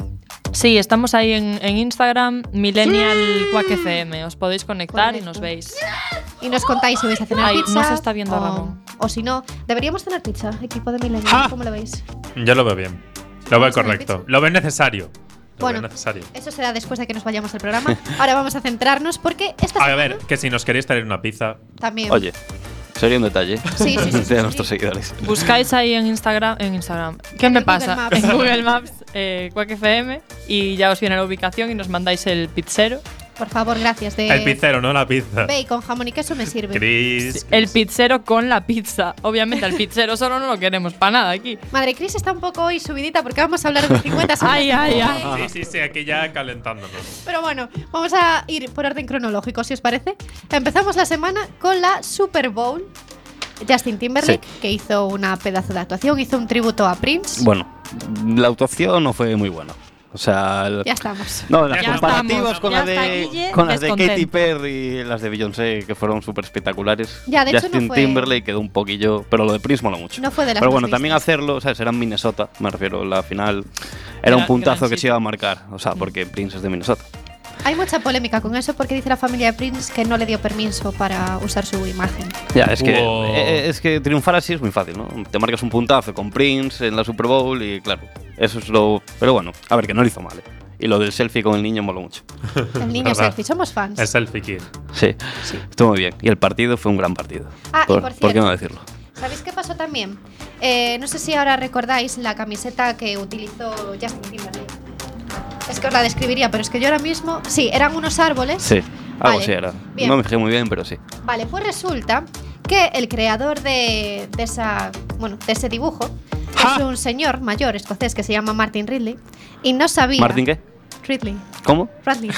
Speaker 4: Sí, estamos ahí en, en Instagram, Millennial Quack FM. Os podéis conectar y nos veis.
Speaker 2: Y nos contáis si vais a cenar
Speaker 4: Ay,
Speaker 2: pizza.
Speaker 4: no se está viendo
Speaker 2: o,
Speaker 4: Ramón.
Speaker 2: O si no, deberíamos cenar pizza, equipo de Milenio. ¿Cómo lo veis?
Speaker 3: Yo lo veo bien. Lo veo correcto. Lo veo necesario. Lo
Speaker 2: Bueno.
Speaker 3: veo necesario.
Speaker 2: Eso será después de que nos vayamos
Speaker 3: *laughs*
Speaker 2: al programa. Ahora vamos a centrarnos porque esta
Speaker 3: A ver, que si nos queréis traer una pizza.
Speaker 2: también.
Speaker 5: Oye, sería un detalle
Speaker 2: Sí, sí, sí, sí,
Speaker 5: de nuestros seguidores.
Speaker 4: Buscáis ahí en Instagram. En Instagram. ¿Qué me pasa?
Speaker 2: Maps.
Speaker 4: En Google Maps, eh, Quack FM, y ya os viene la ubicación y nos mandáis el pizzero.
Speaker 2: Por favor, gracias. De
Speaker 3: El pizzero, no la pizza.
Speaker 2: Bacon, jamón y queso me sirve.
Speaker 3: Chris.
Speaker 4: El pizzero con la pizza. Obviamente, al pizzero solo no lo queremos para nada aquí.
Speaker 2: Madre, Cris está un poco hoy subidita porque vamos a hablar
Speaker 3: *laughs*
Speaker 2: de 50 sombras.
Speaker 4: Ay, ay, ay.
Speaker 3: Sí, sí, sí, aquí ya calentándonos.
Speaker 2: Pero bueno, vamos a ir por orden cronológico, si os parece. Empezamos la semana con la Super Bowl. Justin Timberlake, que hizo una pedazo de actuación, hizo un tributo a Prince.
Speaker 5: Bueno, la actuación no fue muy buena. O sea, el-
Speaker 2: Ya estamos.
Speaker 5: No, las
Speaker 4: Ya
Speaker 5: comparativas
Speaker 4: estamos.
Speaker 5: con,
Speaker 4: Ya
Speaker 5: las
Speaker 4: está
Speaker 5: de,
Speaker 4: Guille
Speaker 5: con las de
Speaker 4: descontento.
Speaker 5: Katy Perry y las de Beyoncé, que fueron súper espectaculares.
Speaker 2: Ya, de hecho,
Speaker 5: Justin
Speaker 2: no fue-
Speaker 5: Timberlake quedó un poquillo, pero lo de Prince mola mucho.
Speaker 2: No fue de las
Speaker 5: pero
Speaker 2: más
Speaker 5: bueno, también hacerlo, ¿sabes? Era en Minnesota, me refiero, la final era un
Speaker 4: Gran-
Speaker 5: puntazo
Speaker 4: gran
Speaker 5: que se iba a marcar, o sea, porque Prince es de Minnesota.
Speaker 2: Hay mucha polémica con eso porque dice la familia de Prince que no le dio permiso para usar su imagen.
Speaker 5: Ya, es que,
Speaker 3: Wow.
Speaker 5: eh, eh, es que triunfar así es muy fácil, ¿no? Te marcas un puntazo con Prince en la Super Bowl y claro, eso es lo... Pero bueno, a ver, que no lo hizo mal, ¿eh? Y lo del selfie con el niño moló mucho.
Speaker 2: El niño
Speaker 3: Verdad.
Speaker 2: selfie, somos fans.
Speaker 3: Es el fikir.
Speaker 5: Sí, estuvo muy bien. Y el partido fue un gran partido.
Speaker 2: Ah, y
Speaker 5: por,
Speaker 2: por
Speaker 5: qué
Speaker 2: cierto-
Speaker 5: no decirlo?
Speaker 2: ¿Sabéis qué pasó también? Eh, no sé si ahora recordáis la camiseta que utilizó Justin Timberlake. Es que os la describiría, pero es que yo ahora mismo. Sí, eran unos árboles.
Speaker 5: Sí, algo
Speaker 2: Vale,
Speaker 5: así era.
Speaker 2: bien.
Speaker 5: No me fijé muy bien, pero sí.
Speaker 2: Vale, pues resulta que el creador de, de esa, bueno, de ese dibujo es un señor mayor escocés que se llama Martin Ridley y no sabía.
Speaker 5: ¿Martín qué?
Speaker 2: Ridley.
Speaker 5: ¿Cómo?
Speaker 2: Ridley.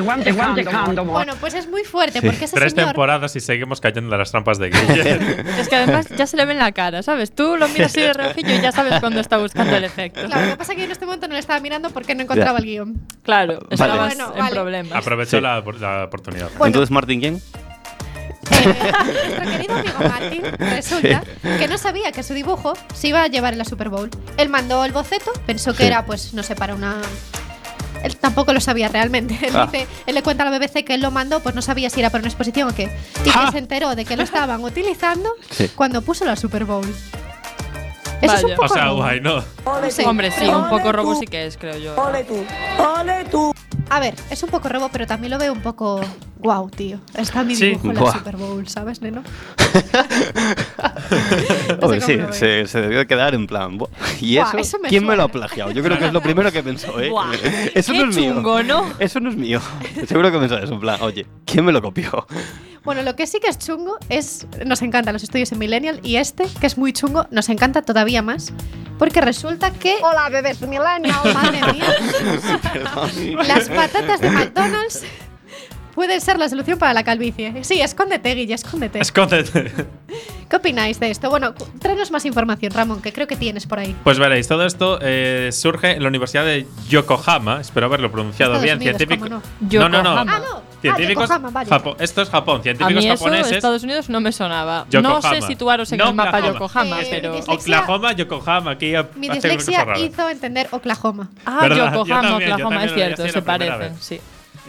Speaker 2: bueno, pues es muy fuerte porque ese
Speaker 3: Tres
Speaker 2: señor.
Speaker 3: temporadas y seguimos cayendo en las trampas de
Speaker 2: *laughs*
Speaker 3: Guille.
Speaker 4: Es que además ya se le ve en la cara, ¿sabes? Tú lo miras así de reojillo y ya sabes cuándo está buscando el efecto.
Speaker 2: Claro, lo que pasa es que en este momento no le estaba mirando porque no encontraba el guión.
Speaker 4: Claro, estabas
Speaker 2: Bueno,
Speaker 4: en
Speaker 2: vale.
Speaker 4: problemas.
Speaker 3: Aprovecho
Speaker 5: Sí.
Speaker 3: la, la oportunidad.
Speaker 2: Bueno.
Speaker 5: Entonces, ¿Martín
Speaker 2: *laughs*
Speaker 5: quién?
Speaker 2: Eh, Nuestro querido
Speaker 5: *laughs*
Speaker 2: amigo Martin resulta que no sabía que su dibujo se iba a llevar en la Super Bowl. Él mandó el boceto, pensó que
Speaker 5: Sí.
Speaker 2: era, pues, no sé, para una. Él tampoco lo sabía realmente. *laughs* Él,
Speaker 5: Ah.
Speaker 2: dice- él le cuenta a la BBC que él lo mandó, pues no sabía si era para una exposición o qué. Y que se enteró de que
Speaker 5: *laughs*
Speaker 2: lo estaban utilizando
Speaker 5: Sí.
Speaker 2: cuando puso la Super Bowl. Eso es un
Speaker 4: Vaya.
Speaker 2: poco.
Speaker 3: O sea,
Speaker 2: robo.
Speaker 3: guay, ¿no?
Speaker 2: No sé,
Speaker 4: Hombre, sí,
Speaker 2: pero-
Speaker 4: un poco robo sí que es, creo yo.
Speaker 2: A ver, es un poco robo, pero también lo veo un poco guau, tío. Está mi
Speaker 3: Sí.
Speaker 2: dibujo en la
Speaker 5: Guau.
Speaker 2: Super Bowl, ¿sabes, neno?
Speaker 5: Hombre,
Speaker 2: cómo
Speaker 5: sí,
Speaker 2: lo ves.
Speaker 5: se, se debió de quedar en plan. "Buah, ¿Y
Speaker 2: Buah,
Speaker 5: eso?
Speaker 2: eso me
Speaker 5: ¿Quién me lo ha
Speaker 2: suena".
Speaker 5: plagiado? Yo creo que es lo primero que pensó, ¿eh?
Speaker 4: Buah,
Speaker 5: *laughs* Eso
Speaker 4: qué
Speaker 5: no es mío.
Speaker 4: chungo, ¿no?
Speaker 5: Eso no es mío. Seguro que pensó eso, en plan, oye, ¿quién me lo copió? *laughs*
Speaker 2: Bueno, lo que sí que es chungo es. Nos encantan los estudios en Millennial y este, que es muy chungo, nos encanta todavía más. Porque resulta que.
Speaker 7: Hola, bebés millennials.
Speaker 2: Oh, Madre mía. las patatas de McDonald's pueden ser la solución para la calvicie. Sí, escóndete, Guille, escóndete.
Speaker 3: Escóndete.
Speaker 2: ¿Qué opináis de esto? Bueno, cu- tráenos más información, Ramón, que creo que tienes por ahí.
Speaker 3: Pues veréis, todo esto eh, surge en la Universidad de Yokohama. Espero haberlo pronunciado
Speaker 2: Estados
Speaker 3: bien.
Speaker 2: Unidos,
Speaker 3: Científico.
Speaker 2: cómo
Speaker 3: No, no, no.
Speaker 4: Yokohama.
Speaker 2: Ah, no. Ah,
Speaker 3: Científicos.
Speaker 2: Yokohama, vale.
Speaker 3: Japo- esto es Japón.
Speaker 4: A
Speaker 3: Científicos
Speaker 4: mí eso de
Speaker 3: japoneses.
Speaker 4: Estados Unidos no me sonaba. No
Speaker 3: Yokohama.
Speaker 4: sé situaros en
Speaker 3: No
Speaker 4: el mapa
Speaker 3: Oklahoma.
Speaker 4: Yokohama,
Speaker 2: Eh,
Speaker 4: pero...
Speaker 2: dislexia.
Speaker 3: Oklahoma, Yokohama. Aquí ha- hace
Speaker 2: Mi
Speaker 3: una cosa
Speaker 2: dislexia
Speaker 3: rara.
Speaker 2: hizo entender Oklahoma.
Speaker 4: Ah,
Speaker 3: Verdad, yo
Speaker 4: Yokohama,
Speaker 3: también, yo
Speaker 4: Oklahoma,
Speaker 3: también
Speaker 4: es
Speaker 3: lo vi
Speaker 4: cierto,
Speaker 3: así la
Speaker 4: se
Speaker 3: primera
Speaker 4: parecen,
Speaker 3: vez.
Speaker 4: sí.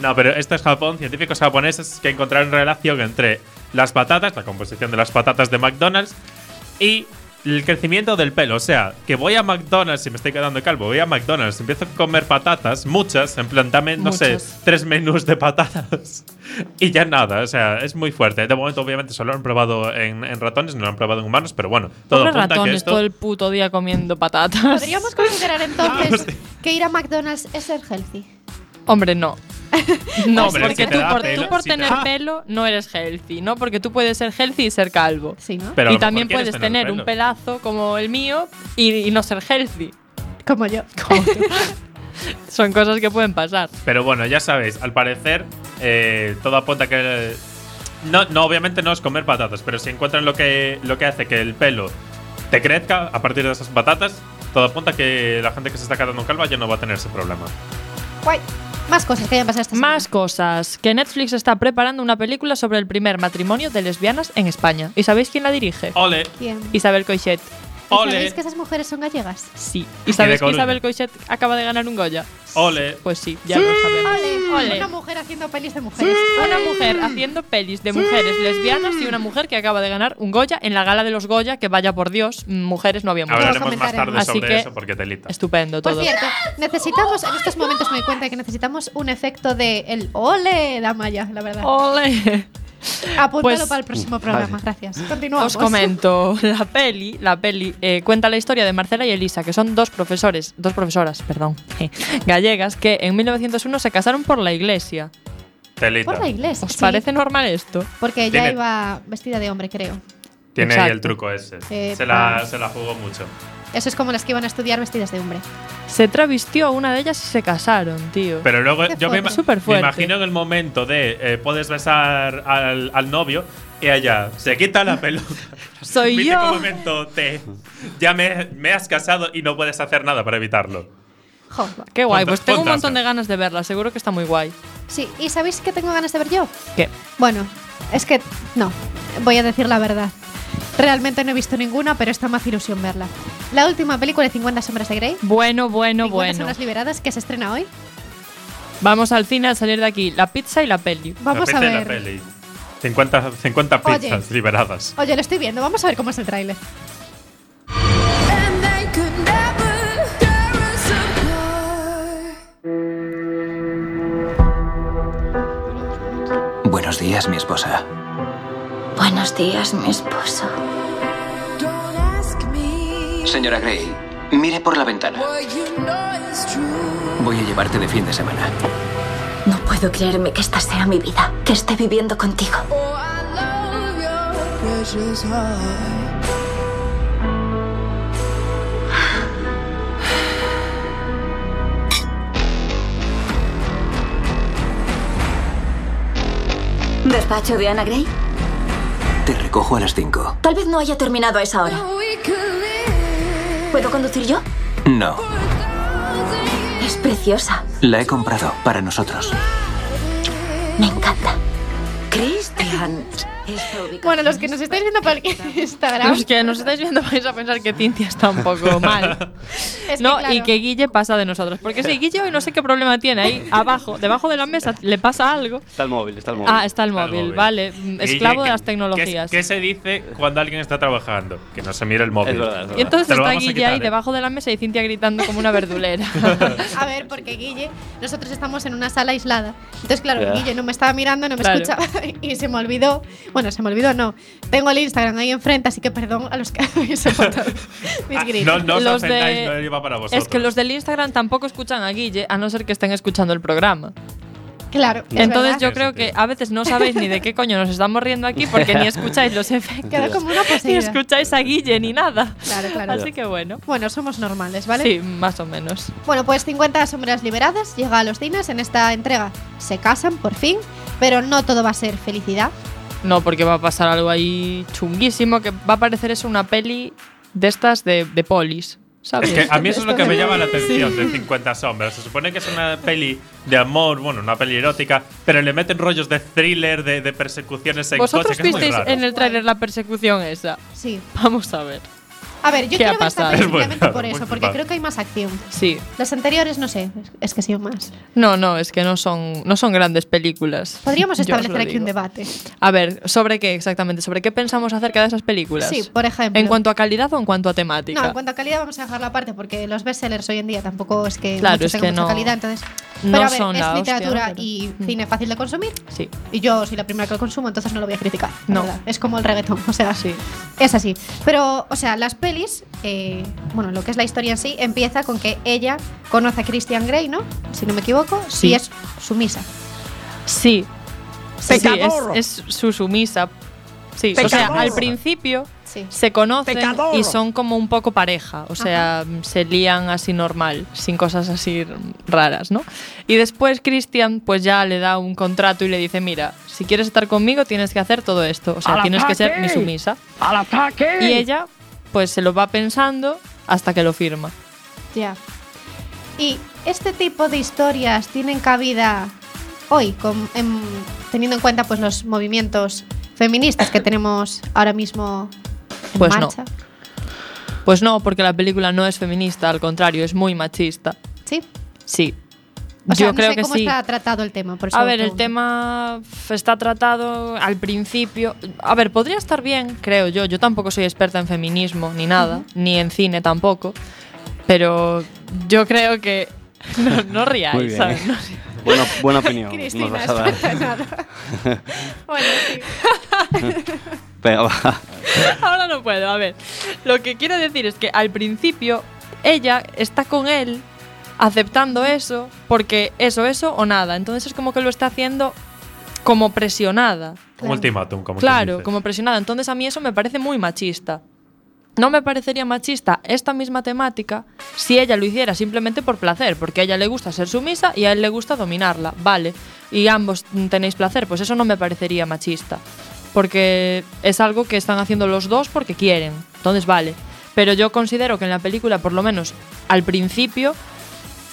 Speaker 3: No, pero esto es Japón. Científicos japoneses que encontraron relación entre las patatas, la composición de las patatas de McDonald's y el crecimiento del pelo. O sea, que voy a McDonald's y me estoy quedando calvo. Voy a McDonald's, empiezo a comer patatas, muchas, en plan, dame, no sé,
Speaker 4: Muchas.
Speaker 3: tres menús de patatas. *laughs* y ya nada, o sea, es muy fuerte. De momento, obviamente, solo lo han probado en, en ratones, no lo han probado en humanos, pero bueno, todo
Speaker 4: Pobres
Speaker 3: apunta a que
Speaker 4: ratones
Speaker 3: esto-
Speaker 4: todo el puto día comiendo patatas.
Speaker 2: Podríamos considerar entonces que ir a McDonald's es ser healthy.
Speaker 3: *laughs*
Speaker 4: Hombre, no. No,
Speaker 3: Hombre,
Speaker 4: porque
Speaker 3: si te
Speaker 4: tú,
Speaker 3: da
Speaker 4: por,
Speaker 3: pelo-
Speaker 4: tú por
Speaker 3: si te
Speaker 4: tener
Speaker 3: da-
Speaker 4: pelo no eres healthy, ¿no? Porque tú puedes ser healthy y ser calvo.
Speaker 2: Sí, ¿no?
Speaker 3: Pero a
Speaker 4: y
Speaker 3: lo mejor
Speaker 4: también
Speaker 3: quieres
Speaker 4: puedes
Speaker 3: tener
Speaker 4: tener un
Speaker 3: pelo.
Speaker 4: pelazo como el mío y, y no ser healthy.
Speaker 2: Como yo.
Speaker 4: Son cosas que pueden pasar.
Speaker 3: Pero bueno, ya sabéis, al parecer, eh, todo apunta que. eh, No, no, obviamente no es comer patatas, pero si encuentran lo que, lo que hace que el pelo te crezca a partir de esas patatas, todo apunta que la gente que se está quedando calva ya no va a tener ese problema.
Speaker 2: *laughs* Guay. Más cosas que hayan pasado esta
Speaker 4: Más cosas. Que Netflix está preparando una película sobre el primer matrimonio de lesbianas en España. ¿Y sabéis quién la dirige?
Speaker 3: Ole.
Speaker 2: ¿Quién?
Speaker 4: Isabel Coixet.
Speaker 2: ¿Y ¿Sabéis que esas mujeres son gallegas?
Speaker 4: Sí. ¿Y sabéis que
Speaker 3: Coruña.
Speaker 4: Isabel Coixet acaba de ganar un Goya?
Speaker 3: Ole.
Speaker 4: Pues sí, ya lo sabemos. Ole.
Speaker 2: Una mujer haciendo pelis de mujeres.
Speaker 4: Una mujer haciendo pelis de mujeres lesbianas y una mujer que acaba de ganar un Goya en la gala de los Goya, que vaya por Dios, mujeres no había muchas.
Speaker 3: Hablaremos más tarde
Speaker 4: Así
Speaker 3: sobre
Speaker 4: que,
Speaker 3: eso porque telita.
Speaker 4: Estupendo
Speaker 2: Por
Speaker 4: todo.
Speaker 2: cierto, necesitamos, en estos momentos me doy cuenta que necesitamos un efecto de el ole de Amaya, la verdad.
Speaker 4: Ole.
Speaker 2: Apúntalo
Speaker 4: Oh, Pues-
Speaker 2: para el próximo
Speaker 4: Vale.
Speaker 2: programa, gracias. Continuamos.
Speaker 4: Os comento, la peli, la peli eh, cuenta la historia de Marcela y Elisa, que son dos profesores, dos profesoras, perdón, gallegas que en 1901 se casaron por la iglesia.
Speaker 3: Telita.
Speaker 2: Por la iglesia.
Speaker 4: ¿Os
Speaker 2: sí,
Speaker 4: parece normal esto?
Speaker 2: Porque ella
Speaker 3: Tiene-
Speaker 2: iba vestida de hombre, creo.
Speaker 3: Tiene ahí el
Speaker 4: Exacto.
Speaker 3: truco ese.
Speaker 2: Eh,
Speaker 3: se, la,
Speaker 2: pues-
Speaker 3: se la jugó mucho.
Speaker 2: Eso es como las que iban a estudiar vestidas de hombre.
Speaker 4: Se travistió a una de ellas y se casaron, tío.
Speaker 3: Pero luego
Speaker 4: Qué
Speaker 3: yo me,
Speaker 4: fuerte.
Speaker 3: ima-
Speaker 4: Súper
Speaker 3: me
Speaker 4: fuerte.
Speaker 3: imagino en el momento de eh, puedes besar al, al novio y allá se quita la peluca.
Speaker 4: *laughs* Soy
Speaker 3: ¿Viste
Speaker 4: yo.
Speaker 3: qué momento te, ya me, me has casado y no puedes hacer nada para evitarlo.
Speaker 4: Qué guay,
Speaker 3: Fanta-
Speaker 4: pues tengo un
Speaker 3: fantástica.
Speaker 4: montón de ganas de verla, seguro que está muy guay.
Speaker 2: Sí, ¿y sabéis qué tengo ganas de ver yo?
Speaker 4: ¿Qué?
Speaker 2: Bueno, es que no, voy a decir la verdad. Realmente no he visto ninguna, pero está más ilusión verla. La última película de 50 sombras de Grey.
Speaker 4: Bueno, bueno, bueno.
Speaker 2: sombras liberadas que se estrena hoy.
Speaker 4: Vamos al cine al salir de aquí, la pizza y la peli.
Speaker 2: Vamos a
Speaker 3: Repite la
Speaker 2: ver.
Speaker 3: peli. 50, 50
Speaker 2: Oye.
Speaker 3: pizzas liberadas.
Speaker 2: Oye, lo estoy viendo, vamos a ver cómo es el tráiler.
Speaker 12: Buenos días, mi esposa.
Speaker 11: *laughs* Buenos días, mi esposo.
Speaker 12: Señora Gray, mire por la ventana. Voy a llevarte de fin de semana.
Speaker 11: No puedo creerme que esta sea mi vida, que esté viviendo contigo.
Speaker 7: Oh,
Speaker 11: *sighs* ¿Despacho de Ana Gray?
Speaker 12: Te recojo a las 5.
Speaker 11: Tal vez no haya terminado a esa hora. ¿Puedo conducir yo?
Speaker 12: No,
Speaker 11: Es preciosa.
Speaker 12: la he comprado para nosotros.
Speaker 11: Me encanta. Cristian.
Speaker 2: Bueno, los que nos estáis viendo por Instagram.
Speaker 4: Los que nos estáis viendo vais a pensar que Cintia está un poco mal. no, y que Guille pasa de nosotros. Porque sí, Guille hoy no sé qué problema tiene. Ahí abajo, debajo de la mesa, le pasa algo.
Speaker 5: Está el móvil, está el móvil.
Speaker 4: Ah, está el móvil,
Speaker 3: móvil.
Speaker 4: vale. Mm, Esclavo de las tecnologías.
Speaker 3: ¿Qué, se dice cuando alguien está trabajando? Que no se mire el móvil.
Speaker 4: Y entonces
Speaker 3: Te lo
Speaker 4: está
Speaker 3: vamos a
Speaker 4: Guille
Speaker 3: quitar,
Speaker 4: ahí
Speaker 3: ¿eh?
Speaker 4: debajo de la mesa y Cintia gritando
Speaker 3: *laughs*
Speaker 4: como una verdulera.
Speaker 2: A ver, porque Guille, nosotros estamos en una sala aislada. Entonces, claro,
Speaker 4: Ya.
Speaker 2: Guille no me estaba mirando, no me
Speaker 4: Claro.
Speaker 2: escuchaba *laughs* y se me olvidó. Bueno, se me olvidó, no. Tengo el Instagram ahí enfrente, así que perdón a los que *laughs* habéis soportado mis gritos.
Speaker 3: Ah, No, no os ofendáis, no iba para vosotros.
Speaker 4: Es que los del Instagram tampoco escuchan a Guille, a no ser que estén escuchando el programa.
Speaker 2: Claro. es
Speaker 4: Entonces
Speaker 2: verdad.
Speaker 4: yo creo que a veces no sabéis ni de qué coño nos estamos riendo aquí
Speaker 3: *laughs*
Speaker 4: porque ni escucháis los efectos.
Speaker 2: Queda como una
Speaker 4: *laughs* ni
Speaker 2: poseída.
Speaker 4: escucháis a Guille ni nada.
Speaker 2: Claro, claro.
Speaker 4: Así que bueno.
Speaker 2: Bueno, somos normales, ¿vale?
Speaker 4: Sí, más o menos.
Speaker 2: Bueno, pues 50 sombras liberadas llega a los cines en esta entrega. Se casan por fin, pero no todo va a ser felicidad.
Speaker 4: No, porque va a pasar algo ahí chunguísimo que va a parecer eso una peli de estas de, de polis. ¿sabes?
Speaker 3: Es que a mí eso es lo que me llama la atención
Speaker 4: Sí.
Speaker 3: de 50 sombras. Se supone que es una peli de amor, bueno, una peli erótica, pero le meten rollos de thriller, de, de persecuciones en coche,
Speaker 4: ¿Vosotros
Speaker 3: que es muy
Speaker 4: visteis
Speaker 3: raro.
Speaker 4: en el tráiler la persecución esa? *laughs*
Speaker 2: Sí.
Speaker 4: Vamos a ver.
Speaker 2: A ver, yo
Speaker 4: ¿Qué
Speaker 2: quiero
Speaker 4: ha
Speaker 2: ver esta
Speaker 4: pasado?
Speaker 2: peli
Speaker 4: Es muy
Speaker 2: simplemente
Speaker 4: raro,
Speaker 2: por
Speaker 4: muy
Speaker 2: eso, porque
Speaker 4: flipado.
Speaker 2: creo que hay más acción.
Speaker 4: Sí.
Speaker 2: Las anteriores, no sé, es- es que sí o más.
Speaker 4: No, no, es que no son, no son grandes películas.
Speaker 2: Podríamos
Speaker 4: *laughs* Yo os lo
Speaker 2: establecer aquí un
Speaker 4: digo.
Speaker 2: debate.
Speaker 4: A ver, ¿sobre qué exactamente? ¿Sobre qué pensamos acerca de esas películas?
Speaker 2: Sí, por ejemplo.
Speaker 4: ¿En cuanto a calidad o en cuanto a
Speaker 2: No, en
Speaker 4: temática?
Speaker 2: cuanto a calidad vamos a dejarlo aparte porque los bestsellers hoy en día tampoco es que
Speaker 4: Claro,
Speaker 2: mucho
Speaker 4: es
Speaker 2: tengan
Speaker 4: que
Speaker 2: mucha
Speaker 4: no-
Speaker 2: calidad, entonces.
Speaker 4: no
Speaker 2: pero a ver,
Speaker 4: son
Speaker 2: es
Speaker 4: la hostia,
Speaker 2: literatura
Speaker 4: pero- mm.
Speaker 2: y cine fácil de consumir.
Speaker 4: Sí.
Speaker 2: Y yo soy la primera que lo consumo, entonces no lo voy a criticar. la
Speaker 4: No.
Speaker 2: verdad. Es como el reggaetón, o sea, sí. Es así. Pero, o sea, las pelis, eh, bueno, lo que es la historia en sí, empieza con que ella conoce a Christian Grey, ¿no? Si no me equivoco,
Speaker 4: Sí.
Speaker 2: y es sumisa.
Speaker 4: Sí. Sí,
Speaker 2: Pecador.
Speaker 4: es, es su sumisa. Sí, o sea,
Speaker 2: Pecador.
Speaker 4: al principio se conocen
Speaker 2: Pecador.
Speaker 4: y son como un poco pareja. O sea, se lían así normal, sin cosas así raras, ¿no? Y después Christian pues ya le da un contrato y le dice, mira, si quieres estar conmigo tienes que hacer todo esto. O sea,
Speaker 13: ¡Al
Speaker 4: tienes que ser
Speaker 13: ataque!
Speaker 4: mi sumisa.
Speaker 13: ¡Al ataque!
Speaker 4: Y ella pues se lo va pensando hasta que lo firma.
Speaker 2: Ya. Y este tipo de historias tienen cabida hoy, con- em, teniendo en cuenta pues los movimientos feministas que tenemos ahora mismo en
Speaker 4: Pues no.
Speaker 2: marcha.
Speaker 4: Pues no, porque la película no es feminista, al contrario, es muy machista.
Speaker 2: ¿Sí?
Speaker 4: Sí.
Speaker 2: O sea,
Speaker 4: Yo
Speaker 2: no
Speaker 4: creo
Speaker 2: sé
Speaker 4: que
Speaker 2: cómo
Speaker 4: sí.
Speaker 2: está tratado el tema. Por eso
Speaker 4: A
Speaker 2: lo
Speaker 4: ver, el
Speaker 2: pregunto.
Speaker 4: tema f- está tratado al principio. A ver, podría estar bien, creo yo. Yo tampoco soy experta en feminismo ni nada, ni en cine tampoco. Pero yo creo que. *laughs* No, no riáis,
Speaker 5: Muy bien.
Speaker 4: ¿sabes? No
Speaker 5: Buena, buena
Speaker 2: *laughs*
Speaker 5: opinión.
Speaker 4: Cristina,
Speaker 5: nos vas a dar.
Speaker 4: no pasa nada.
Speaker 5: *laughs*
Speaker 2: Bueno, sí.
Speaker 5: Venga, va.
Speaker 4: *laughs* Ahora no puedo, a ver. Lo que quiero decir es que al principio ella está con él aceptando eso porque eso, eso o nada. Entonces es como que lo está haciendo como presionada.
Speaker 3: Un ultimátum, como tú
Speaker 4: Claro,
Speaker 3: dices.
Speaker 4: como presionada. Entonces a mí eso me parece muy machista. No me parecería machista esta misma temática si ella lo hiciera simplemente por placer, porque a ella le gusta ser sumisa y a él le gusta dominarla, vale. Y ambos mm, tenéis placer, pues eso no me parecería machista, porque es algo que están haciendo los dos porque quieren, entonces vale. Pero yo considero que en la película, por lo menos al principio,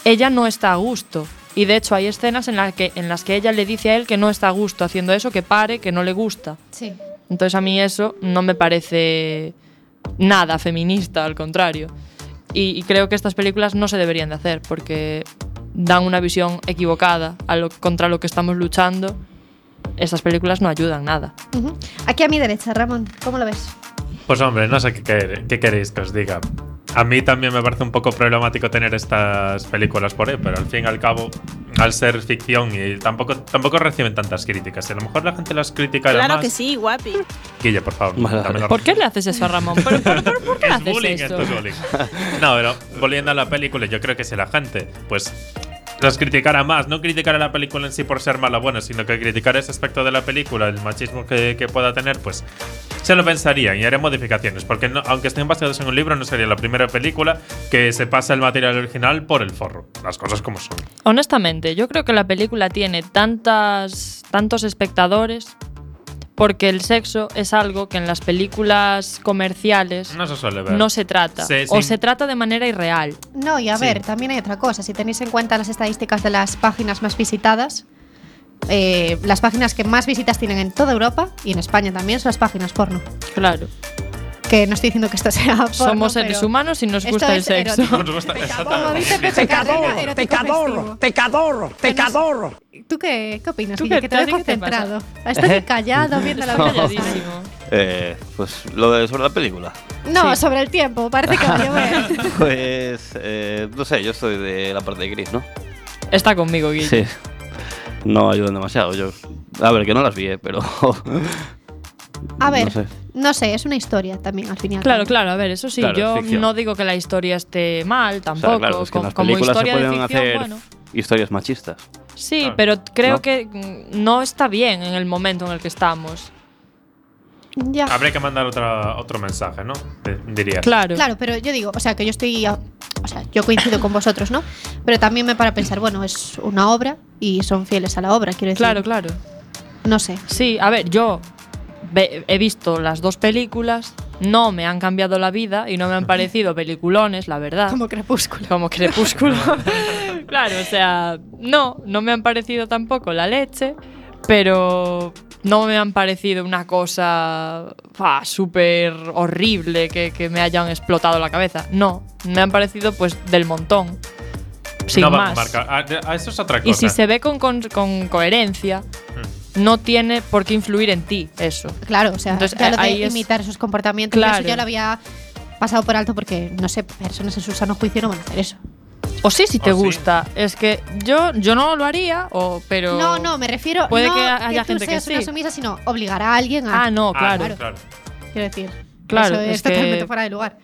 Speaker 4: ella no está a gusto. Y de hecho hay escenas en, la que, en las que ella le dice a él que no está a gusto haciendo eso, que pare, que no le gusta.
Speaker 2: Sí.
Speaker 4: Entonces a mí eso no me parece nada feminista, al contrario. Y, y creo que estas películas no se deberían de hacer porque dan una visión equivocada a lo, contra lo que estamos luchando. Estas películas no ayudan nada.
Speaker 2: Ujú. Aquí a mi derecha, Ramón, ¿cómo lo ves?
Speaker 3: Pues hombre, no sé qué, quer- qué queréis que os diga. A mí también me parece un poco problemático tener estas películas por ahí, pero al fin y al cabo, al ser ficción y tampoco, tampoco reciben tantas críticas. Y a lo mejor la gente las critica y las
Speaker 13: Claro
Speaker 3: más.
Speaker 13: que sí, guapi.
Speaker 3: Guille, por favor. dame la
Speaker 4: ¿Por qué le haces eso a Ramón?
Speaker 3: *laughs*
Speaker 4: ¿Por, por- por- por qué le haces
Speaker 3: bullying,
Speaker 4: eso?
Speaker 3: esto es bullying.
Speaker 4: *laughs*
Speaker 3: No, pero volviendo a la película, yo creo que si la gente, pues, las criticara más, no criticara la película en sí por ser mala o buena, sino que criticara ese aspecto de la película, el machismo que, que pueda tener, pues, se lo pensarían y harían modificaciones, porque no- aunque estén basados en un libro, no sería la primera película que se pasa el material original por el forro. Las cosas como son.
Speaker 4: Honestamente, yo creo que la película tiene tantas, tantos espectadores porque el sexo es algo que en las películas comerciales
Speaker 3: No se suele ver.
Speaker 4: no se trata.
Speaker 3: Se-
Speaker 4: o
Speaker 3: sin-
Speaker 4: se trata de manera irreal.
Speaker 2: No, y a
Speaker 4: Sí.
Speaker 2: ver, también hay otra cosa. Si tenéis en cuenta las estadísticas de las páginas más visitadas, eh, las páginas que más visitas tienen en toda Europa y en España también son las páginas porno.
Speaker 4: Claro.
Speaker 2: Que no estoy diciendo que esto
Speaker 4: *laughs*
Speaker 2: sea porno,
Speaker 4: Somos seres
Speaker 2: pero
Speaker 4: humanos y nos
Speaker 2: esto
Speaker 4: gusta el
Speaker 2: es
Speaker 4: sexo.
Speaker 2: erótico.
Speaker 3: Nos gusta-
Speaker 2: Como
Speaker 3: exactamente.
Speaker 2: dice Pepe Carrera, erótico festivo.
Speaker 14: pecador, pecador.
Speaker 2: ¿Tú qué, qué opinas,
Speaker 4: ¿Tú
Speaker 2: Guille?
Speaker 4: qué
Speaker 2: Que te veo
Speaker 4: tal? ¿Qué te pasa?
Speaker 2: concentrado. Estás
Speaker 5: ¿Eh?
Speaker 2: callado viendo la
Speaker 5: *laughs* No.
Speaker 2: vida.
Speaker 5: Eh, pues lo de sobre la película.
Speaker 2: No, sobre el tiempo. Parece que va a llover.
Speaker 4: *laughs*
Speaker 5: Pues eh, no sé, yo soy de la parte de gris, ¿no?
Speaker 4: Está conmigo, Guille.
Speaker 5: Sí. No ayudan demasiado. Yo, a ver, que no las vi, eh, pero.
Speaker 2: A
Speaker 5: *laughs*
Speaker 2: ver,
Speaker 5: No sé.
Speaker 2: no sé, es una historia también al final.
Speaker 4: Claro, claro, a ver, eso sí,
Speaker 5: Claro,
Speaker 4: yo
Speaker 5: es ficción.
Speaker 4: no digo que la historia esté mal
Speaker 5: O
Speaker 4: tampoco,
Speaker 5: sea, claro, es que en
Speaker 4: co-
Speaker 5: las
Speaker 4: como
Speaker 5: películas se
Speaker 4: historia de
Speaker 5: pueden
Speaker 4: ficción,
Speaker 5: hacer
Speaker 4: bueno.
Speaker 5: historias machistas.
Speaker 4: Sí,
Speaker 5: Claro.
Speaker 4: pero creo
Speaker 5: ¿No?
Speaker 4: que mm, no está bien en el momento en el que estamos.
Speaker 2: Ya.
Speaker 3: Habría que mandar otra, otro mensaje, ¿no? Eh, Diría.
Speaker 2: Claro, pero yo digo, o sea, que yo estoy. a- O sea, yo coincido con vosotros, ¿no? Pero también me para pensar, bueno, es una obra y son fieles a la obra, quiero decir.
Speaker 4: Claro, claro.
Speaker 2: No sé.
Speaker 4: Sí, a ver, yo ve- he visto las dos películas, no me han cambiado la vida y no
Speaker 5: *laughs*
Speaker 4: me han parecido peliculones, la verdad.
Speaker 2: Como Crepúsculo.
Speaker 4: *laughs* Como Crepúsculo. claro, o sea, no, no me han parecido tampoco la leche, pero no me han parecido una cosa fa, súper horrible que, que me hayan explotado la cabeza. No, me han parecido pues del montón. Sin
Speaker 3: no van a
Speaker 4: más.
Speaker 3: marcar. A, a- eso es otra cosa.
Speaker 4: Y si se ve con, con- con coherencia, no tiene por qué influir en ti eso.
Speaker 2: Claro, o sea,
Speaker 4: Entonces,
Speaker 2: ya lo
Speaker 4: ahí
Speaker 2: de
Speaker 4: es-
Speaker 2: imitar sus comportamientos,
Speaker 4: Claro.
Speaker 2: eso yo lo había pasado por alto porque, no sé, personas en su sano juicio no van a hacer eso.
Speaker 4: O sí, si te
Speaker 2: O sí.
Speaker 4: gusta. Es que yo, yo no lo haría, o, pero.
Speaker 2: No, no, me refiero
Speaker 4: Puede
Speaker 2: no
Speaker 4: que haya
Speaker 2: tú
Speaker 4: gente que
Speaker 2: seas una
Speaker 4: sí.
Speaker 2: sumisa, sino obligar a alguien a.
Speaker 4: Ah, no, Ah, claro.
Speaker 2: Quiero decir.
Speaker 4: Claro,
Speaker 2: eso es,
Speaker 4: es que-
Speaker 2: totalmente fuera de lugar.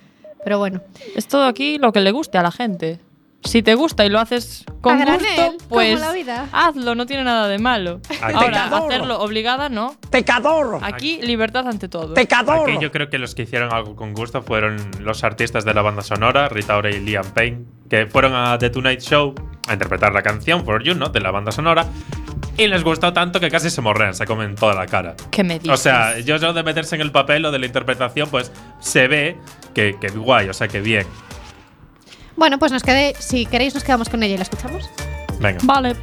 Speaker 2: Pero bueno.
Speaker 4: Es todo aquí lo que le guste a la gente. Si te gusta y lo haces con
Speaker 2: A granel,
Speaker 4: gusto,
Speaker 2: como
Speaker 4: pues
Speaker 2: la vida.
Speaker 4: hazlo, no tiene nada de malo.
Speaker 3: Ay,
Speaker 4: Ahora,
Speaker 3: pecador.
Speaker 4: hacerlo obligada, no. Pecador. Aquí, libertad ante todo.
Speaker 3: Aquí yo creo que los que hicieron algo con gusto fueron los artistas de la banda sonora, Rita Ora y Liam Payne, que fueron a The Tonight Show a interpretar la canción For You, ¿no? De la banda sonora. Y les gustó tanto que casi se morrean, se comen toda la cara.
Speaker 4: ¿Qué me dices?
Speaker 3: O sea, yo eso de meterse en el papel o de la interpretación, pues se ve que, que guay, o sea, que bien.
Speaker 2: Bueno, pues nos quedé, si queréis nos quedamos con ella y la escuchamos.
Speaker 3: Venga.
Speaker 4: Vale.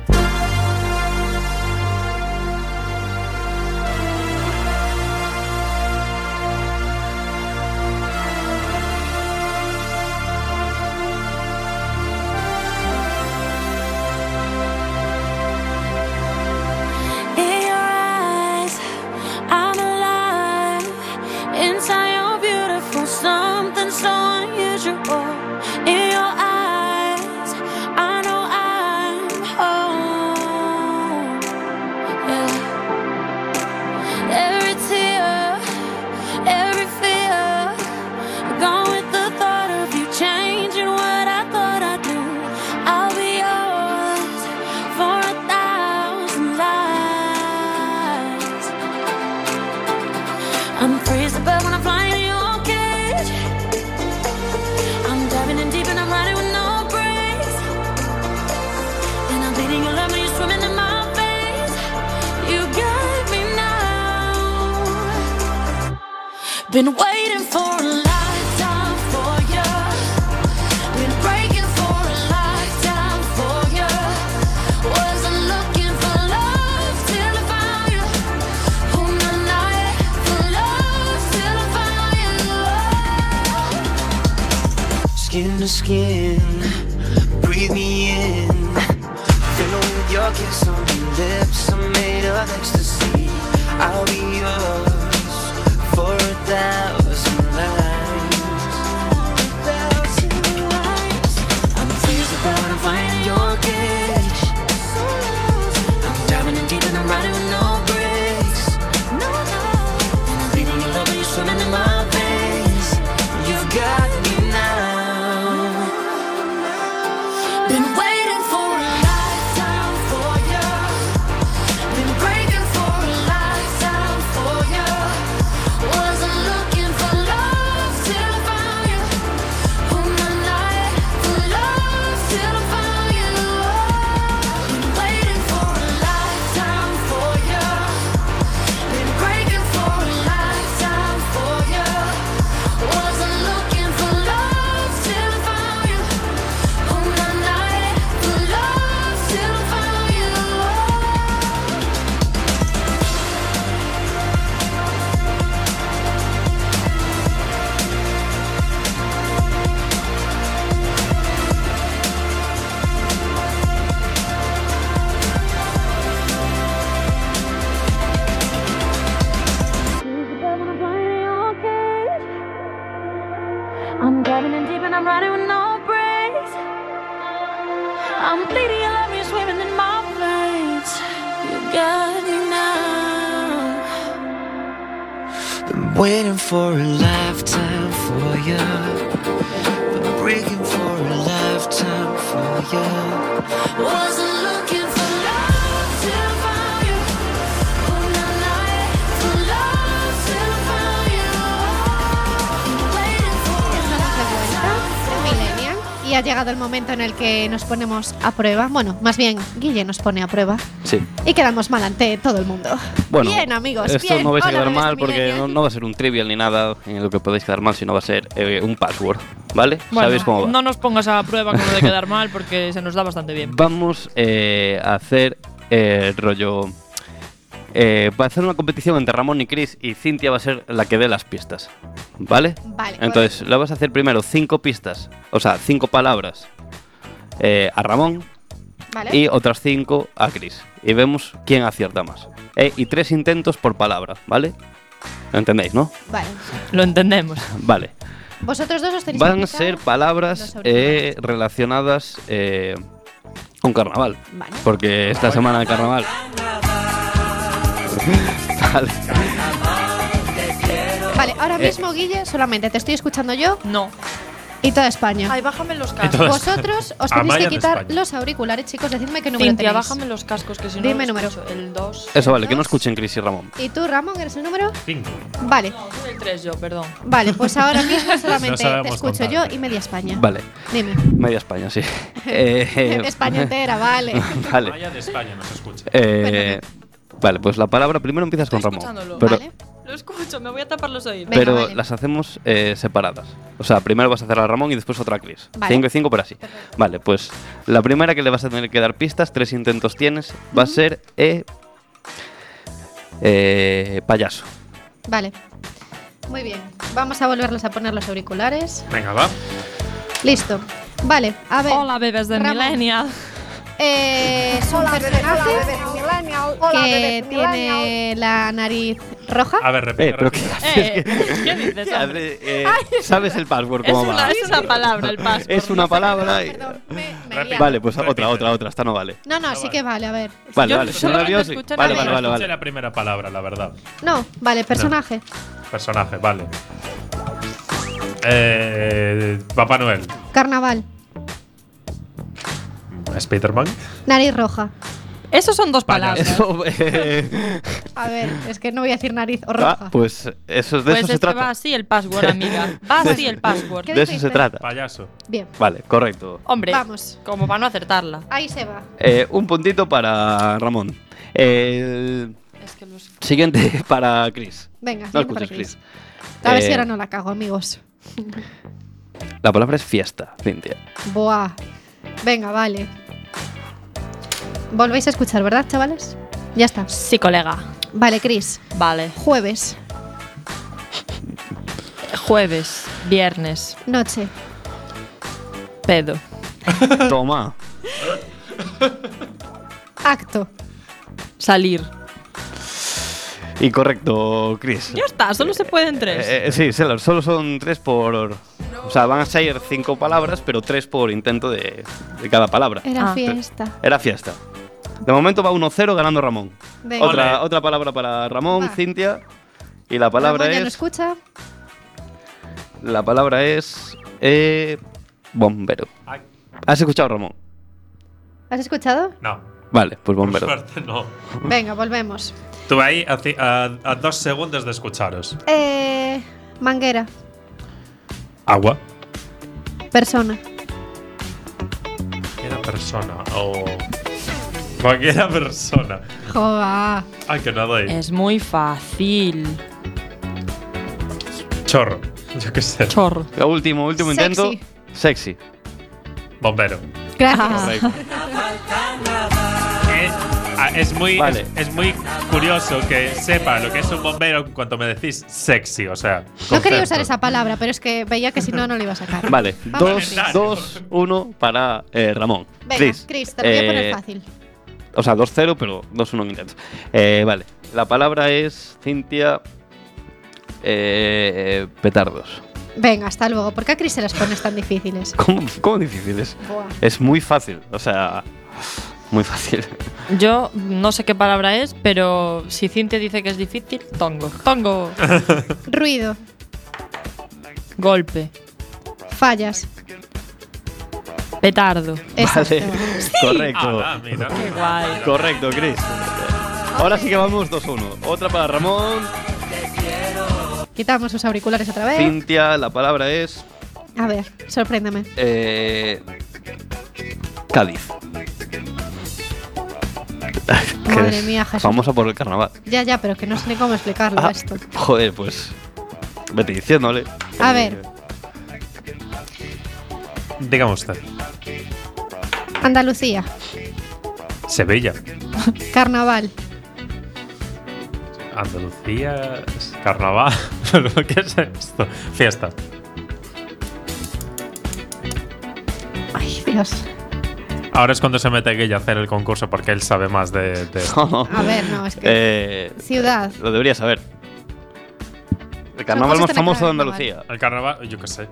Speaker 13: In your eyes, I'm alive. Inside your beautiful, something so unusual. In your eyes, I know I'm home. Yeah. Every tear, every fear, gone with the thought of you changing what I thought I'd do. I'll be yours for a thousand lives. I'm free as a bird when I'm flying in your cage. I'm diving in deep and I'm riding with no brakes. And I'm bleeding your love when you're swimming in my face. You got me now. Been waiting for a lifetime for you. Been breaking for a lifetime for you. Wasn't looking for love till I found you. Whole night for love till I found you.
Speaker 15: Skin to skin, breathe me in. Fill with your kiss on your lips, I'm made of ecstasy. I'll be yours for a thousand lives. A thousand lives. I'm crazy about I'm finding your cage. I'm diving in deep and I'm riding with no brakes. No, no. I'm leaving your love when you're swimming in my veins. You've got me now.
Speaker 13: Been waiting for a lifetime for you. Been breaking for a lifetime for you. Wasn't looking for love till I found you. On the night for love till I found you. Been waiting for a lifetime for you. Been breaking for a lifetime for you. Wasn't looking for love till I found you. I'm diving in deep and I'm riding with no brakes. I'm bleeding, your love, you're swimming in my veins. You got me now.
Speaker 15: Been waiting for a lifetime for you. Been breaking for a lifetime for you.
Speaker 13: Wasn't looking for love till I found you. On the night for love till I found you. Waiting for a lifetime for you.
Speaker 2: Millennial. Y ha llegado el momento en el que nos ponemos a prueba. Bueno, más bien Guille nos pone a prueba.
Speaker 5: Sí.
Speaker 2: Y quedamos mal ante todo el mundo.
Speaker 5: Bueno,
Speaker 2: bien, amigos.
Speaker 5: esto
Speaker 2: bien.
Speaker 5: no vais a
Speaker 2: Hola,
Speaker 5: quedar mal
Speaker 2: Rebeca
Speaker 5: porque
Speaker 2: Millennial.
Speaker 5: no, no va a ser un trivial ni nada en lo que podéis quedar mal, sino va a ser eh, un password, ¿vale? ¿Sabéis cómo va?
Speaker 4: no nos pongas a prueba con lo de quedar mal porque se nos da bastante bien.
Speaker 5: Vamos eh, a hacer eh, rollo. eh, va a hacer una competición entre Ramón y Chris y Cintia va a ser la que dé las pistas, ¿vale?
Speaker 2: Vale.
Speaker 5: Entonces, le vas a hacer primero cinco pistas, o sea, cinco palabras eh, a Ramón
Speaker 2: Vale.
Speaker 5: y otras cinco a Chris. Y vemos quién acierta más. Eh, y tres intentos por palabra, ¿vale? ¿Lo entendéis, no?
Speaker 2: Vale.
Speaker 4: Lo entendemos.
Speaker 5: Vale.
Speaker 2: Vosotros dos os tenéis que
Speaker 5: Van a
Speaker 2: quitar
Speaker 5: ser
Speaker 2: los
Speaker 5: palabras eh,
Speaker 2: auriculares.
Speaker 5: relacionadas eh, con carnaval.
Speaker 2: Vale.
Speaker 5: Porque esta semana de
Speaker 2: *laughs*
Speaker 5: carnaval. vale.
Speaker 2: Vale, ahora
Speaker 5: Eh.
Speaker 2: mismo, Guille, solamente te estoy escuchando yo.
Speaker 4: No.
Speaker 2: Y toda España.
Speaker 4: Ay, bájame los
Speaker 3: Y toda
Speaker 4: cascos.
Speaker 3: España.
Speaker 5: *laughs*
Speaker 2: Vosotros os
Speaker 5: Amaya
Speaker 2: tenéis que
Speaker 5: de
Speaker 2: quitar
Speaker 5: España.
Speaker 2: los auriculares, chicos. Decidme qué número
Speaker 4: Cintia,
Speaker 2: tenéis.
Speaker 4: bájame los cascos que si no.
Speaker 2: Dime
Speaker 4: no
Speaker 2: número.
Speaker 4: escucho. El 2.
Speaker 5: Eso vale, que no escuchen Chris y Ramón.
Speaker 2: ¿Y tú, Ramón, eres el número?
Speaker 5: 5.
Speaker 2: Vale.
Speaker 4: El 3 yo, perdón.
Speaker 2: Vale, pues
Speaker 5: *laughs*
Speaker 2: ahora mismo solamente te
Speaker 5: sabemos
Speaker 2: escucho yo y media España.
Speaker 5: Vale.
Speaker 2: Dime.
Speaker 5: Media España,
Speaker 2: *laughs*
Speaker 5: sí. Eh, eh,
Speaker 2: España entera, vale.
Speaker 5: *laughs* vale.
Speaker 3: Maya de España nos escucha.
Speaker 5: Eh, vale, pues la palabra primero empiezas con Ramón.
Speaker 2: escuchándolo.
Speaker 5: Pero
Speaker 2: Vale.
Speaker 4: Lo escucho, me voy a tapar los oídos.
Speaker 5: Pero las hacemos eh, separadas. O sea, primero vas a hacer a Ramón y después otra a Chris.
Speaker 4: Vale.
Speaker 5: 5 y 5 por así. Vale, pues la primera que le vas a tener que dar pistas, tres intentos tienes, va a ser eh, eh, payaso.
Speaker 2: Vale. Muy bien. Vamos a volverlos a poner los auriculares.
Speaker 3: Venga, va.
Speaker 2: Listo. Vale, a ver. Hola,
Speaker 4: bebés de Millennial.
Speaker 2: Eh, es un personaje
Speaker 7: Hola,
Speaker 2: que
Speaker 7: bebés
Speaker 2: tiene la nariz roja.
Speaker 3: A ver, repite.
Speaker 5: Eh, pero ¿qué haces?
Speaker 2: Eh, ¿Qué dices?
Speaker 5: ¿Qué haces? Eh,
Speaker 2: Ay, es
Speaker 5: ¿Sabes el password cómo va?
Speaker 4: palabra el password.
Speaker 5: Es una palabra. y- Vale, pues otra, otra, otra. Esta no vale.
Speaker 2: No, no, sí que vale, a ver.
Speaker 5: Vale, pues
Speaker 3: Yo solamente
Speaker 5: vale. ¿estás nervioso?
Speaker 2: escuché
Speaker 5: Vale,
Speaker 2: la
Speaker 5: vale,
Speaker 3: No
Speaker 5: vale,
Speaker 3: escuché
Speaker 5: vale.
Speaker 3: la primera palabra, la verdad.
Speaker 2: No, vale, personaje.
Speaker 3: Personaje, vale. Eh, Papá Noel.
Speaker 2: Carnaval.
Speaker 3: Spider-Man.
Speaker 2: Nariz roja.
Speaker 4: Esos son dos
Speaker 5: *laughs* Eso, eh,
Speaker 2: A *laughs* ver, es que no voy a decir nariz o roja.
Speaker 5: ah, pues eso, de
Speaker 4: Pues
Speaker 5: eso
Speaker 4: este
Speaker 5: se trata.
Speaker 4: va así el password, amiga.
Speaker 5: *laughs*
Speaker 4: Va así el password.
Speaker 5: De eso se trata.
Speaker 3: Payaso.
Speaker 2: Bien.
Speaker 5: Vale, correcto.
Speaker 4: Hombre,
Speaker 2: Vamos.
Speaker 4: como para no acertarla.
Speaker 2: Ahí se va.
Speaker 5: Eh, un puntito para Ramón. El siguiente *laughs* para Chris.
Speaker 2: Venga,
Speaker 5: No
Speaker 2: siguiente para
Speaker 5: escuches,
Speaker 2: Chris.
Speaker 5: Chris.
Speaker 2: A ver si
Speaker 5: Eh,
Speaker 2: ahora no la cago, amigos.
Speaker 5: La palabra es fiesta, Cintia.
Speaker 2: *laughs* Buah. Venga, vale. Volvéis a escuchar, ¿verdad, chavales? Ya está.
Speaker 4: Sí, colega.
Speaker 2: Vale, Chris.
Speaker 4: Vale.
Speaker 2: Jueves,
Speaker 4: Jueves, viernes,
Speaker 2: noche.
Speaker 4: pedo.
Speaker 5: Toma.
Speaker 2: Acto.
Speaker 4: Salir.
Speaker 5: Y correcto, Chris.
Speaker 4: Ya está, solo se pueden tres.
Speaker 5: Eh, eh, sí, Seller, solo son tres por. O sea, van a ser cinco palabras, pero tres por intento de, de cada palabra.
Speaker 2: Era
Speaker 5: Ah.
Speaker 2: fiesta.
Speaker 5: Era fiesta. De momento va 1-0 ganando Ramón.
Speaker 2: Venga.
Speaker 5: Otra, otra palabra para Ramón, Cintia. Y la palabra
Speaker 2: Ramón ya no
Speaker 5: es.
Speaker 2: escucha.
Speaker 5: La palabra es. eh, bombero.
Speaker 3: Ay.
Speaker 5: ¿Has escuchado, Ramón?
Speaker 2: ¿Has escuchado?
Speaker 3: No.
Speaker 5: Vale,
Speaker 3: Por
Speaker 5: pues bombero.
Speaker 3: suerte, no.
Speaker 2: Venga, volvemos.
Speaker 3: Estuve ahí a, ci- a- a dos segundos de escucharos.
Speaker 2: Eh, manguera,
Speaker 3: Agua.
Speaker 2: persona.
Speaker 3: Cualquiera persona. O. Cualquiera persona.
Speaker 2: Joa. Eh.
Speaker 3: Ay, que no doy.
Speaker 4: Es muy fácil.
Speaker 3: Chorro. Yo qué sé.
Speaker 4: Chorro.
Speaker 5: Último, último
Speaker 4: Sexy.
Speaker 5: intento. Sexy.
Speaker 3: Bombero.
Speaker 5: Ah,
Speaker 2: Gracias.
Speaker 3: Eh, ah, es, muy,
Speaker 5: Vale.
Speaker 3: es, es muy curioso que sepa lo que es un bombero en cuanto me decís sexy, o sea.
Speaker 2: No quería
Speaker 3: concepto.
Speaker 2: usar esa palabra, pero es que veía que si no, no lo iba a sacar.
Speaker 5: Vale,
Speaker 2: Vamos,
Speaker 5: 2,
Speaker 2: Chris.
Speaker 5: 2, 1 para eh, Ramón.
Speaker 2: Venga, Chris, te lo voy a poner
Speaker 5: eh,
Speaker 2: fácil.
Speaker 5: O sea, 2-0, pero 2-1 en intento. Eh, vale, la palabra es Cintia. eh, petardos. *laughs*
Speaker 2: Venga, hasta luego. ¿Por qué a Chris se las pones tan difíciles?
Speaker 5: ¿Cómo, cómo difícil es?
Speaker 2: Buah.
Speaker 5: Es muy fácil, o sea, muy fácil.
Speaker 4: Yo no sé qué palabra es, pero si Cintia dice que es difícil, tongo.
Speaker 5: *laughs*
Speaker 4: Tongo.
Speaker 2: Ruido,
Speaker 4: Golpe.
Speaker 2: fallas.
Speaker 5: *laughs*
Speaker 4: Petardo.
Speaker 5: Vale, correcto.
Speaker 3: Ah, mira.
Speaker 5: Correcto, Chris. Ahora sí que vamos 2-1. Otra para Ramón.
Speaker 2: Quitamos sus auriculares otra vez.
Speaker 5: Cintia, la palabra es.
Speaker 2: A ver, sorpréndeme.
Speaker 5: eh, Cádiz. *laughs*
Speaker 2: Madre mía, Jesús.
Speaker 5: Famosa por el carnaval.
Speaker 2: Ya, ya, pero que no sé ni cómo explicarlo
Speaker 5: Ah.
Speaker 2: esto.
Speaker 5: Joder, pues. Vete diciéndole.
Speaker 2: A
Speaker 5: *laughs*
Speaker 2: ver,
Speaker 3: Dígame usted.
Speaker 2: Andalucía,
Speaker 3: Sevilla.
Speaker 2: carnaval,
Speaker 3: Andalucía. es Carnaval. *laughs* ¿Qué es esto? Fiesta.
Speaker 2: Ay, Dios.
Speaker 3: Ahora es cuando se mete Guille a hacer el concurso porque él sabe más de. de-
Speaker 5: *laughs*
Speaker 2: A ver, no, es que.
Speaker 5: Eh,
Speaker 2: Ciudad.
Speaker 5: Lo deberías saber. El carnaval
Speaker 2: cosas
Speaker 5: más
Speaker 2: tan
Speaker 5: famoso de
Speaker 2: extrañas,
Speaker 5: Andalucía.
Speaker 3: El carnaval, yo qué sé.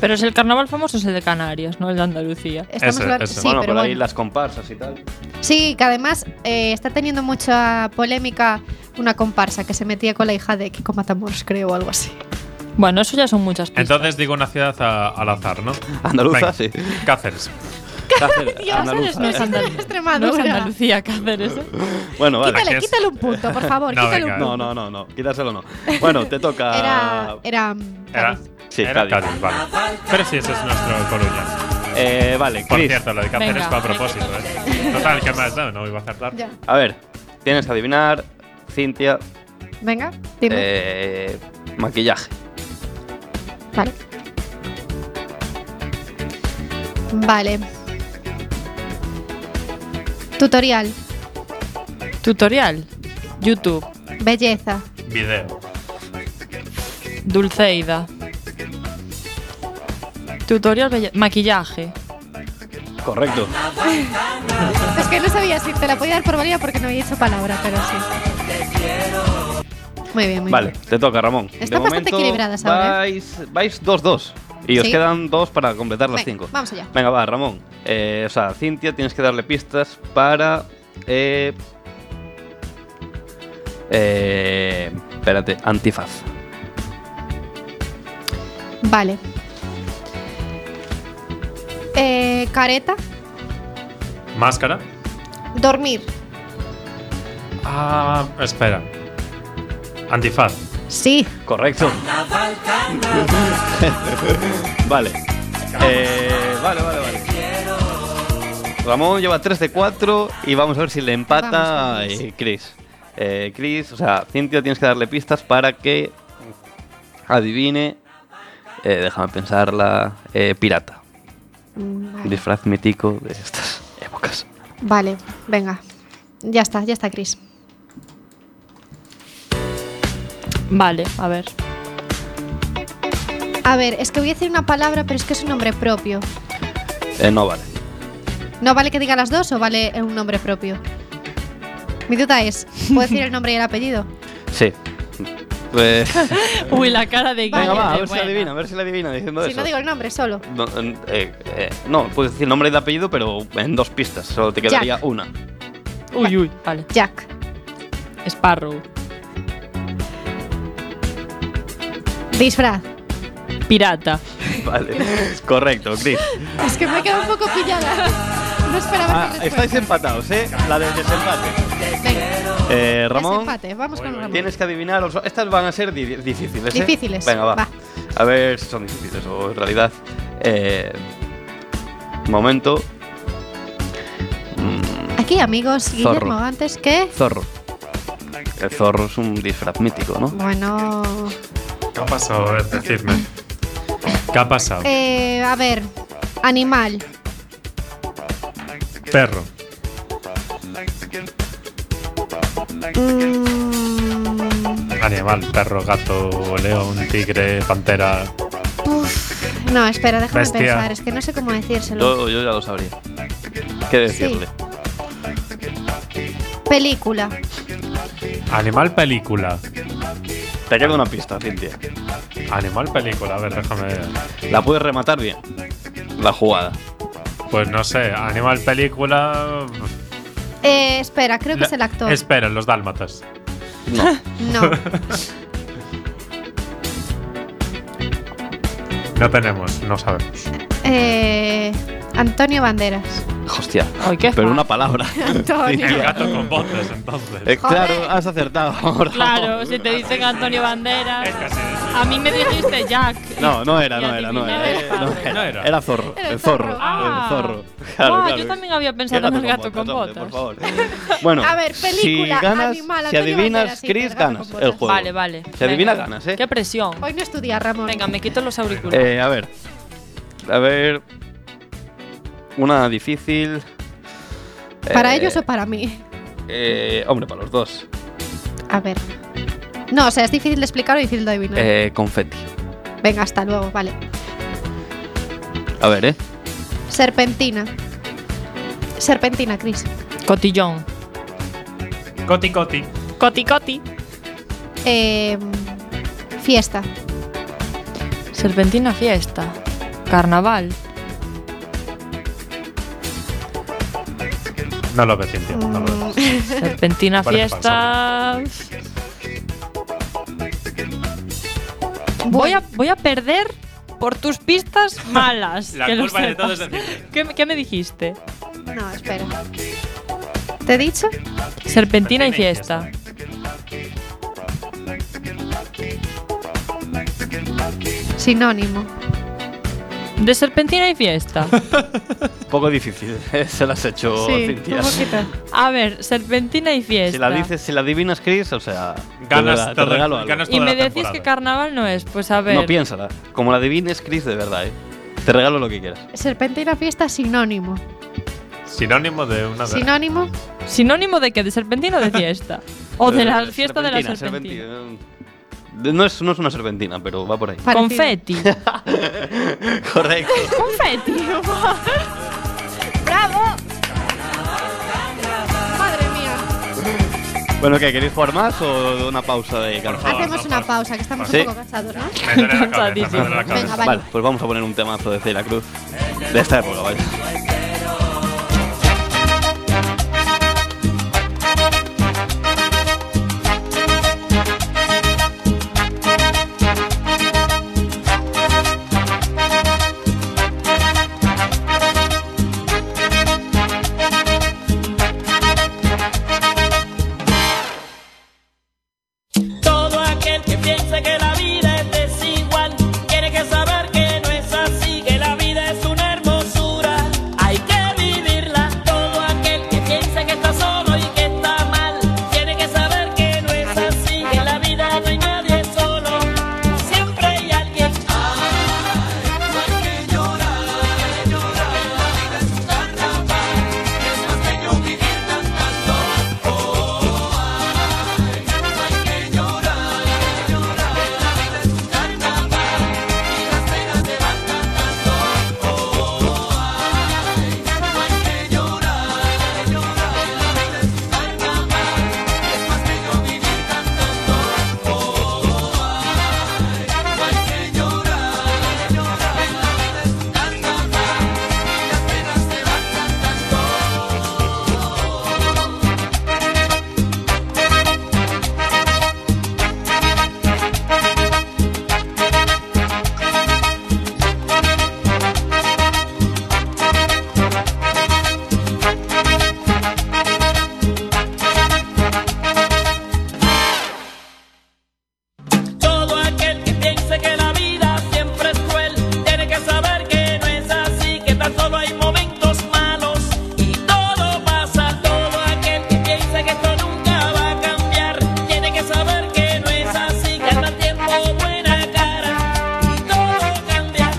Speaker 4: Pero es el carnaval famoso es el de Canarias, no el de Andalucía.
Speaker 2: Estamos hablando- Sí,
Speaker 5: bueno,
Speaker 2: pero
Speaker 5: por ahí
Speaker 2: bueno.
Speaker 5: las comparsas y
Speaker 2: *laughs*
Speaker 5: tal.
Speaker 2: Sí, que además eh, está teniendo mucha polémica una comparsa que se metía con la hija de Kiko Matamoros, creo, o algo así.
Speaker 4: Bueno, eso ya son muchas pistas.
Speaker 3: Entonces digo una ciudad a- al azar, ¿no?
Speaker 5: Andaluza, sí.
Speaker 3: Cáceres.
Speaker 5: Andaluza.
Speaker 2: *laughs*
Speaker 4: no es Andalucía. No es
Speaker 2: Extremadura.
Speaker 4: Andalucía, Cáceres. ¿eh?
Speaker 5: *laughs* Bueno, vale.
Speaker 2: Quítale, quítale un punto, por
Speaker 5: *laughs*
Speaker 2: favor,
Speaker 5: No,
Speaker 2: quítale
Speaker 5: venga.
Speaker 2: un punto.
Speaker 5: no, no, no, no, quítaselo no. Bueno, te toca.
Speaker 2: Era. Era. mm,
Speaker 3: Era,
Speaker 5: Sí,
Speaker 3: era
Speaker 5: Cádiz.
Speaker 3: Cádiz, vale. Pero sí, ese es nuestro Coruña.
Speaker 5: Eh, vale,
Speaker 3: Por
Speaker 5: Chris.
Speaker 3: cierto, lo de Cáceres
Speaker 4: Venga.
Speaker 3: fue a propósito, ¿eh? Total, ¿qué más? No, no iba a acertar.
Speaker 2: Ya.
Speaker 5: A ver, tienes que adivinar, Cintia,
Speaker 2: Venga, dime.
Speaker 5: Eh, maquillaje.
Speaker 2: Vale. Vale. Tutorial.
Speaker 4: Tutorial. YouTube.
Speaker 2: Belleza.
Speaker 3: Video.
Speaker 4: Dulceida. Tutorial belle- maquillaje.
Speaker 5: Correcto.
Speaker 2: Es que no sabía si te la podía dar por válida porque no había dicho palabra, pero sí. Muy bien, muy
Speaker 5: Vale, te toca, Ramón.
Speaker 2: bien. Están bastante equilibradas ahora. ¿eh?
Speaker 5: vais- Vais 2-2. Y os
Speaker 2: Sí.
Speaker 5: quedan dos para completar las
Speaker 2: Venga,
Speaker 5: 5.
Speaker 2: vamos allá.
Speaker 5: Venga, va, Ramón. Eh, o sea, Cintia, tienes que darle pistas para. Eh, eh, espérate, antifaz.
Speaker 2: Vale. Eh, careta,
Speaker 3: Máscara.
Speaker 2: dormir,
Speaker 3: Ah, espera. Antifaz.
Speaker 2: Sí.
Speaker 5: Correcto. vale. Eh, vale, vale, vale. Ramón lleva 3 de 4 y vamos a ver si le empata eh, Chris. Eh, Chris, o sea, Cintia tienes que darle pistas para que adivine. eh, déjame pensarla. eh, pirata.
Speaker 2: Mm, vale.
Speaker 5: Disfraz mítico de estas épocas.
Speaker 2: Vale, venga. Ya está, ya está, Chris.
Speaker 4: Vale, a ver.
Speaker 2: A ver, es que voy a decir una palabra, pero es que es un nombre propio.
Speaker 5: Eh, no vale.
Speaker 2: ¿No vale que diga las dos o vale un nombre propio? Mi duda es, ¿puedo decir el nombre y
Speaker 5: *laughs*
Speaker 2: el apellido?
Speaker 5: Sí.
Speaker 2: *laughs*
Speaker 5: Pues.
Speaker 4: *laughs*
Speaker 5: *laughs*
Speaker 4: Uy, la cara de
Speaker 5: Venga,
Speaker 4: Guille,
Speaker 5: va, a
Speaker 4: de
Speaker 5: ver si la
Speaker 4: buena.
Speaker 5: adivina, a ver si la adivina diciendo
Speaker 2: eh, si
Speaker 5: eso.
Speaker 2: no digo el nombre, solo.
Speaker 5: No, en- eh, eh, no, puedes decir nombre y apellido, pero en dos pistas. Solo te quedaría *laughs*
Speaker 2: Jack.
Speaker 5: una.
Speaker 4: Uy, uy, vale.
Speaker 2: Jack.
Speaker 4: Sparrow.
Speaker 2: Disfraz.
Speaker 4: Pirata.
Speaker 5: Vale. Correcto, Chris.
Speaker 2: Es que me he quedado un poco pillada. No esperaba
Speaker 5: *laughs* Ah,
Speaker 2: que les
Speaker 5: estáis empatados, ¿eh? La del desempate.
Speaker 2: fuera. Venga,
Speaker 5: Eh, Ramón,
Speaker 2: desempate, Vamos con Ramón.
Speaker 5: tienes que adivinar. os- Estas van a ser di- difíciles, ¿eh?
Speaker 2: Difíciles,
Speaker 5: Venga, va.
Speaker 2: va.
Speaker 5: A ver si son difíciles o en realidad. Eh, momento.
Speaker 2: Aquí, amigos, Guillermo
Speaker 5: Zorro.
Speaker 2: antes que...
Speaker 5: Zorro. El zorro es un disfraz mítico, ¿no?
Speaker 2: Bueno...
Speaker 3: ¿Qué ha pasado? A ver, decidme. ¿Qué ha pasado?
Speaker 2: Eh, a ver, animal,
Speaker 3: Perro.
Speaker 2: Mm.
Speaker 3: Animal, perro, gato, león, tigre, pantera.
Speaker 2: No, espera, déjame
Speaker 3: Bestia.
Speaker 2: pensar. Es que no sé cómo decírselo.
Speaker 5: Yo, yo ya lo sabría. ¿Qué decirle?
Speaker 2: Película.
Speaker 3: Animal, película.
Speaker 5: Te queda una pista, Cintia.
Speaker 3: Animal, película. A ver, déjame ver.
Speaker 5: La puedes rematar bien. La jugada.
Speaker 3: Pues no sé, animal, película.
Speaker 2: Eh, espera, creo que
Speaker 3: La-
Speaker 2: es el actor.
Speaker 3: Espera, los dálmatas.
Speaker 5: No. *laughs*
Speaker 2: No.
Speaker 3: No tenemos, no sabemos.
Speaker 2: Eh, Antonio Banderas.
Speaker 5: Hostia.
Speaker 4: Ay, qué
Speaker 5: Pero
Speaker 4: fa-
Speaker 5: una
Speaker 4: *laughs*
Speaker 5: palabra.
Speaker 2: Antonio.
Speaker 3: El gato con botas, entonces.
Speaker 5: Eh, claro, has acertado. *laughs* Ramón.
Speaker 4: Claro, si te dicen Antonio Banderas. A mí me dijiste Jack.
Speaker 5: *laughs* No, no era,
Speaker 4: Y
Speaker 5: no era, no era.
Speaker 4: adivinar
Speaker 5: eh, no era.
Speaker 3: era.
Speaker 5: Era zorro.
Speaker 4: Era
Speaker 5: el zorro.
Speaker 4: Ah.
Speaker 5: El zorro.
Speaker 4: Ah,
Speaker 5: Claro,
Speaker 4: yo
Speaker 5: claro.
Speaker 4: también había pensado en el gato con botas.
Speaker 5: *laughs* Bueno,
Speaker 4: A ver, película,
Speaker 5: si ganas,
Speaker 4: animal,
Speaker 5: si
Speaker 4: Antonio Banderas,
Speaker 5: adivinas,
Speaker 4: sí,
Speaker 5: Chris,
Speaker 4: el gato con
Speaker 5: ganas el
Speaker 4: botas.
Speaker 5: juego.
Speaker 4: Vale, vale.
Speaker 5: Si adivinas,
Speaker 4: Venga.
Speaker 5: ganas, ¿eh?
Speaker 4: Qué presión.
Speaker 2: Hoy no estudia, Ramón.
Speaker 4: Venga, me quito los auriculares.
Speaker 5: Eh, A ver. A ver. Una difícil.
Speaker 2: ¿Para
Speaker 5: Eh,
Speaker 2: ellos o para mí?
Speaker 5: eh, hombre, para los dos.
Speaker 2: A ver. No, o sea, es difícil de explicar o difícil de adivinar.
Speaker 5: Eh, confeti.
Speaker 2: Venga, hasta luego, vale.
Speaker 5: A ver, ¿eh?
Speaker 2: Serpentina. Serpentina, Chris.
Speaker 5: Eh.
Speaker 4: Cotillón.
Speaker 3: Coti, coti.
Speaker 4: Coti Coti.
Speaker 2: Eh, fiesta.
Speaker 4: Serpentina fiesta. Carnaval.
Speaker 3: No lo ves, Cintia. No lo ves.
Speaker 4: Serpentina
Speaker 3: Parece
Speaker 4: fiesta. Voy a, voy a perder por tus pistas malas.
Speaker 3: La
Speaker 4: que lo
Speaker 3: culpa es de
Speaker 4: sepas.
Speaker 3: todos de Cintia.
Speaker 4: ¿Qué, me- qué me dijiste?
Speaker 2: No, espera. ¿Te he dicho?
Speaker 4: Serpentina y fiesta.
Speaker 2: Sinónimo.
Speaker 4: De serpentina y fiesta.
Speaker 5: Un poco difícil, *laughs* ¿eh? se las has hecho, Cintia.
Speaker 4: A ver, serpentina y fiesta.
Speaker 5: Si la dices, si la adivinas, Chris, o sea, te
Speaker 3: Ganas
Speaker 5: regalo- te,
Speaker 3: todo-
Speaker 5: regalo algo.
Speaker 3: ganas
Speaker 4: Y me decís que carnaval no es. Pues a ver.
Speaker 5: No piénsala. Como la adivines, Chris, de verdad, eh. Te regalo lo que quieras.
Speaker 2: Serpentina fiesta sinónimo.
Speaker 3: Sinónimo de una de
Speaker 2: Mm. Sinónimo.
Speaker 4: ¿Sinónimo de qué? ¿De serpentina o de fiesta? o de la
Speaker 5: Eh,
Speaker 4: fiesta de la serpentina.
Speaker 5: serpentina, serpentina. No es, no es una serpentina, pero va por ahí.
Speaker 4: Confeti.
Speaker 5: *laughs* Correcto.
Speaker 4: Confeti.
Speaker 2: ¡Bravo! Madre mía.
Speaker 5: Bueno, ¿qué? ¿Queréis jugar más o una pausa de canción?
Speaker 2: Hacemos una pausa, que estamos
Speaker 5: Sí.
Speaker 2: un poco cansados, ¿no?
Speaker 5: Me duele la cabeza,
Speaker 2: Cansadísimo.
Speaker 5: me duele la cabeza.
Speaker 2: Venga, vale.
Speaker 5: Vale, pues vamos a poner un temazo de Celia Cruz de esta época, vaya.
Speaker 16: Todo aquel que piensa que la vida es desigual tiene que saber que no es así, que la vida es una hermosura, hay que vivirla. Todo aquel que piensa que está solo y que está mal tiene que saber que no es así, que en la vida no hay nadie solo, siempre hay alguien. hay que llorar, hay que llorar, la vida es un carnaval, es más bello vivir cantando. Todo aquel que piense que la vida siempre es cruel tiene que saber que no es así, que tan solo hay momentos malos y todo pasa. Todo aquel que piensa que esto nunca va a cambiar tiene que saber que no es así, que al tiempo buena cara y todo cambia.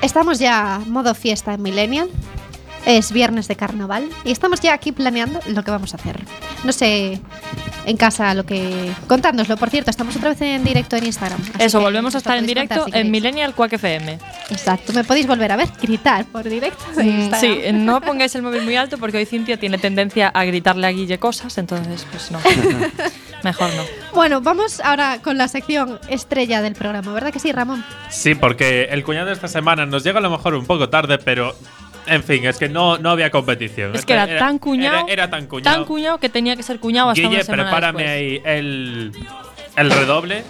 Speaker 2: Estamos ya modo fiesta en Millennial. Es viernes de carnaval y estamos ya aquí planeando lo que vamos a hacer. No sé en casa lo que. Contándoslo, por cierto, estamos otra vez en directo en Instagram. así
Speaker 4: Eso,
Speaker 2: que
Speaker 4: volvemos
Speaker 2: nos
Speaker 4: a
Speaker 2: lo
Speaker 4: estar en
Speaker 2: podéis contar
Speaker 4: directo
Speaker 2: Pues si
Speaker 4: en
Speaker 2: queréis.
Speaker 4: Millennial Quack FM.
Speaker 2: Exacto, me podéis volver a ver, gritar por directo. de
Speaker 4: Mm,
Speaker 2: Instagram.
Speaker 4: Sí, no pongáis el móvil muy alto porque hoy Cintia tiene tendencia a gritarle a Guille cosas, entonces pues no. Mejor no.
Speaker 2: Bueno, vamos ahora con la sección estrella del programa, ¿verdad que sí, Ramón?
Speaker 3: Sí, porque el cuñado esta semana nos llega a lo mejor un poco tarde, pero en fin, es que no, no había competición.
Speaker 4: Es que era tan cuñado,
Speaker 3: Era, era tan cuñado.
Speaker 4: tan cuñado que tenía que ser cuñado hasta
Speaker 3: Guille,
Speaker 4: una semana
Speaker 3: prepárame
Speaker 4: después.
Speaker 3: ahí el, el redoble.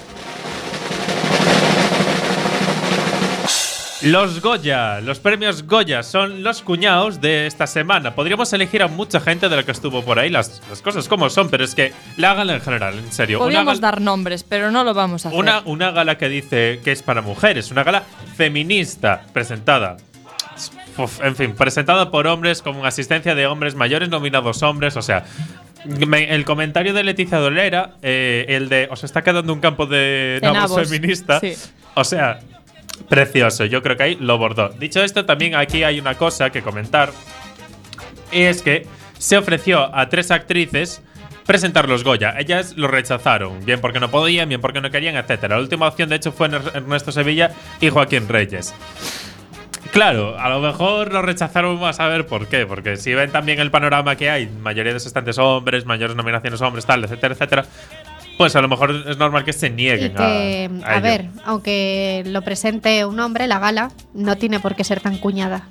Speaker 3: Los Goya, los premios Goya son los cuñados de esta semana. Podríamos elegir a mucha gente de la que estuvo por ahí, las, las cosas como son, pero es que la gala en general, en serio. una
Speaker 4: Podríamos
Speaker 3: gala-
Speaker 4: dar nombres, pero no lo vamos a hacer.
Speaker 3: una, una gala que dice que es para mujeres, una gala feminista, presentada. Uf, en fin, presentada por hombres, con asistencia de hombres mayores, nominados hombres, o sea. me- el comentario de Leticia Dolera, eh, el de os está quedando un campo de
Speaker 4: De
Speaker 3: nabos
Speaker 4: nabos,
Speaker 3: feminista.
Speaker 4: sí.
Speaker 3: O sea, precioso. Yo creo que ahí lo bordó. Dicho esto, también aquí hay una cosa que comentar. Y es que se ofreció a tres actrices presentar los Goya. Ellas lo rechazaron, bien porque no podían, bien porque no querían, etc. La última opción, de hecho, fue Ernest- Ernesto Sevilla y Joaquín Reyes. Claro, a lo mejor lo rechazaron a saber por qué, porque si ven también el panorama que hay, mayoría de estantes hombres, mayores nominaciones hombres, tal, etcétera, etcétera, pues a lo mejor es normal que se
Speaker 2: Y
Speaker 3: nieguen
Speaker 2: que,
Speaker 3: a,
Speaker 2: a,
Speaker 3: ello.
Speaker 2: ver, aunque lo presente un hombre, la gala no tiene por qué ser tan cuñada.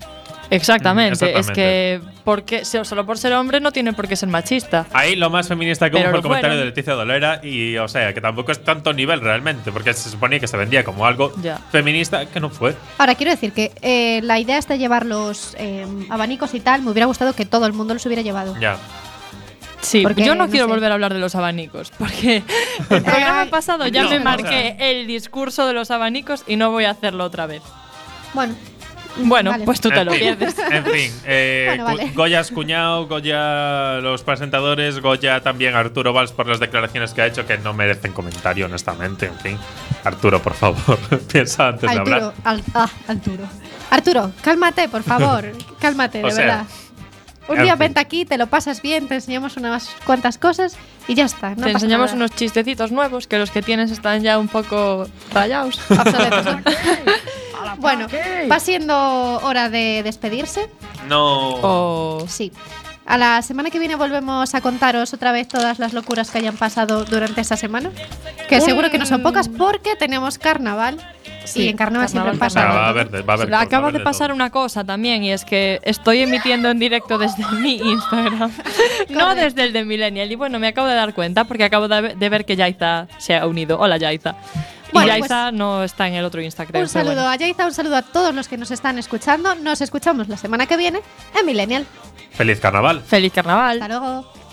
Speaker 4: Exactamente. Es
Speaker 3: exactamente.
Speaker 4: que porque, se- solo por ser hombre no tiene por qué ser machista.
Speaker 3: Ahí lo más feminista que hubo
Speaker 4: Pero
Speaker 3: fue el
Speaker 4: lo
Speaker 3: comentario
Speaker 4: fueron.
Speaker 3: de Leticia Dolera y, o sea, que tampoco es tanto nivel realmente, porque se suponía que se vendía como algo
Speaker 2: Ya.
Speaker 3: feminista que no fue.
Speaker 2: Ahora, quiero decir que eh, la idea está llevar los eh, abanicos y tal. Me hubiera gustado que todo el mundo los hubiera llevado.
Speaker 3: Ya.
Speaker 4: Sí,
Speaker 2: Porque,
Speaker 4: yo no,
Speaker 2: no
Speaker 4: quiero
Speaker 2: sé.
Speaker 4: volver a hablar de los abanicos,
Speaker 2: *laughs*
Speaker 4: porque el programa pasado ya
Speaker 3: no,
Speaker 4: me
Speaker 3: o
Speaker 4: marqué el discurso de los abanicos y no voy a hacerlo otra vez.
Speaker 2: Bueno.
Speaker 4: Bueno,
Speaker 2: Mm, Vale.
Speaker 4: pues tú te
Speaker 3: En
Speaker 4: lo
Speaker 3: fin,
Speaker 2: *laughs*
Speaker 4: pierdes.
Speaker 3: En fin, eh,
Speaker 2: Bueno,
Speaker 3: cu-
Speaker 2: vale.
Speaker 3: Goya's cuñado, Goya los presentadores, Goya también Arturo Valls por las declaraciones que ha hecho que no merecen comentario, honestamente. En fin, Arturo, por favor, *laughs* piensa antes de hablar.
Speaker 2: Arturo, al- ah, Arturo. Arturo, cálmate, por favor. cálmate, de
Speaker 3: *laughs* O sea,
Speaker 2: verdad. Un
Speaker 3: en
Speaker 2: día
Speaker 3: fin.
Speaker 2: vente aquí, te lo pasas bien, te enseñamos unas cuantas cosas y ya está. No
Speaker 4: Te
Speaker 2: pasa
Speaker 4: enseñamos
Speaker 2: nada.
Speaker 4: unos chistecitos nuevos que los que tienes están ya un poco rayados. *laughs*
Speaker 2: Bueno, va siendo hora de despedirse.
Speaker 3: No.
Speaker 4: Oh,
Speaker 3: Oh.
Speaker 2: Sí. A la semana que viene volvemos a contaros otra vez todas las locuras que hayan pasado durante esta semana. Que
Speaker 4: Un-
Speaker 2: seguro que no son pocas porque tenemos carnaval.
Speaker 4: Sí,
Speaker 2: y en carnaval, siempre
Speaker 4: carnaval
Speaker 2: pasa.
Speaker 3: Ah, va a
Speaker 2: algo.
Speaker 3: haber de- va a haber
Speaker 4: Le
Speaker 3: todo, va a
Speaker 4: acaba
Speaker 3: haber
Speaker 4: de
Speaker 3: de
Speaker 4: pasar una cosa también y es que estoy emitiendo en directo desde
Speaker 2: *laughs*
Speaker 4: mi Instagram, no desde el de Millennial. Y bueno, me acabo de dar cuenta porque acabo de ver- de ver que Yaiza se ha unido. Hola Yaiza.
Speaker 2: Bueno, pues,
Speaker 4: y Yaiza no está en el otro Instagram.
Speaker 2: Un saludo a Yaiza, un saludo a todos los que nos están escuchando. Nos escuchamos la semana que viene en Millennial.
Speaker 3: Feliz carnaval.
Speaker 4: Feliz carnaval.
Speaker 2: Hasta luego.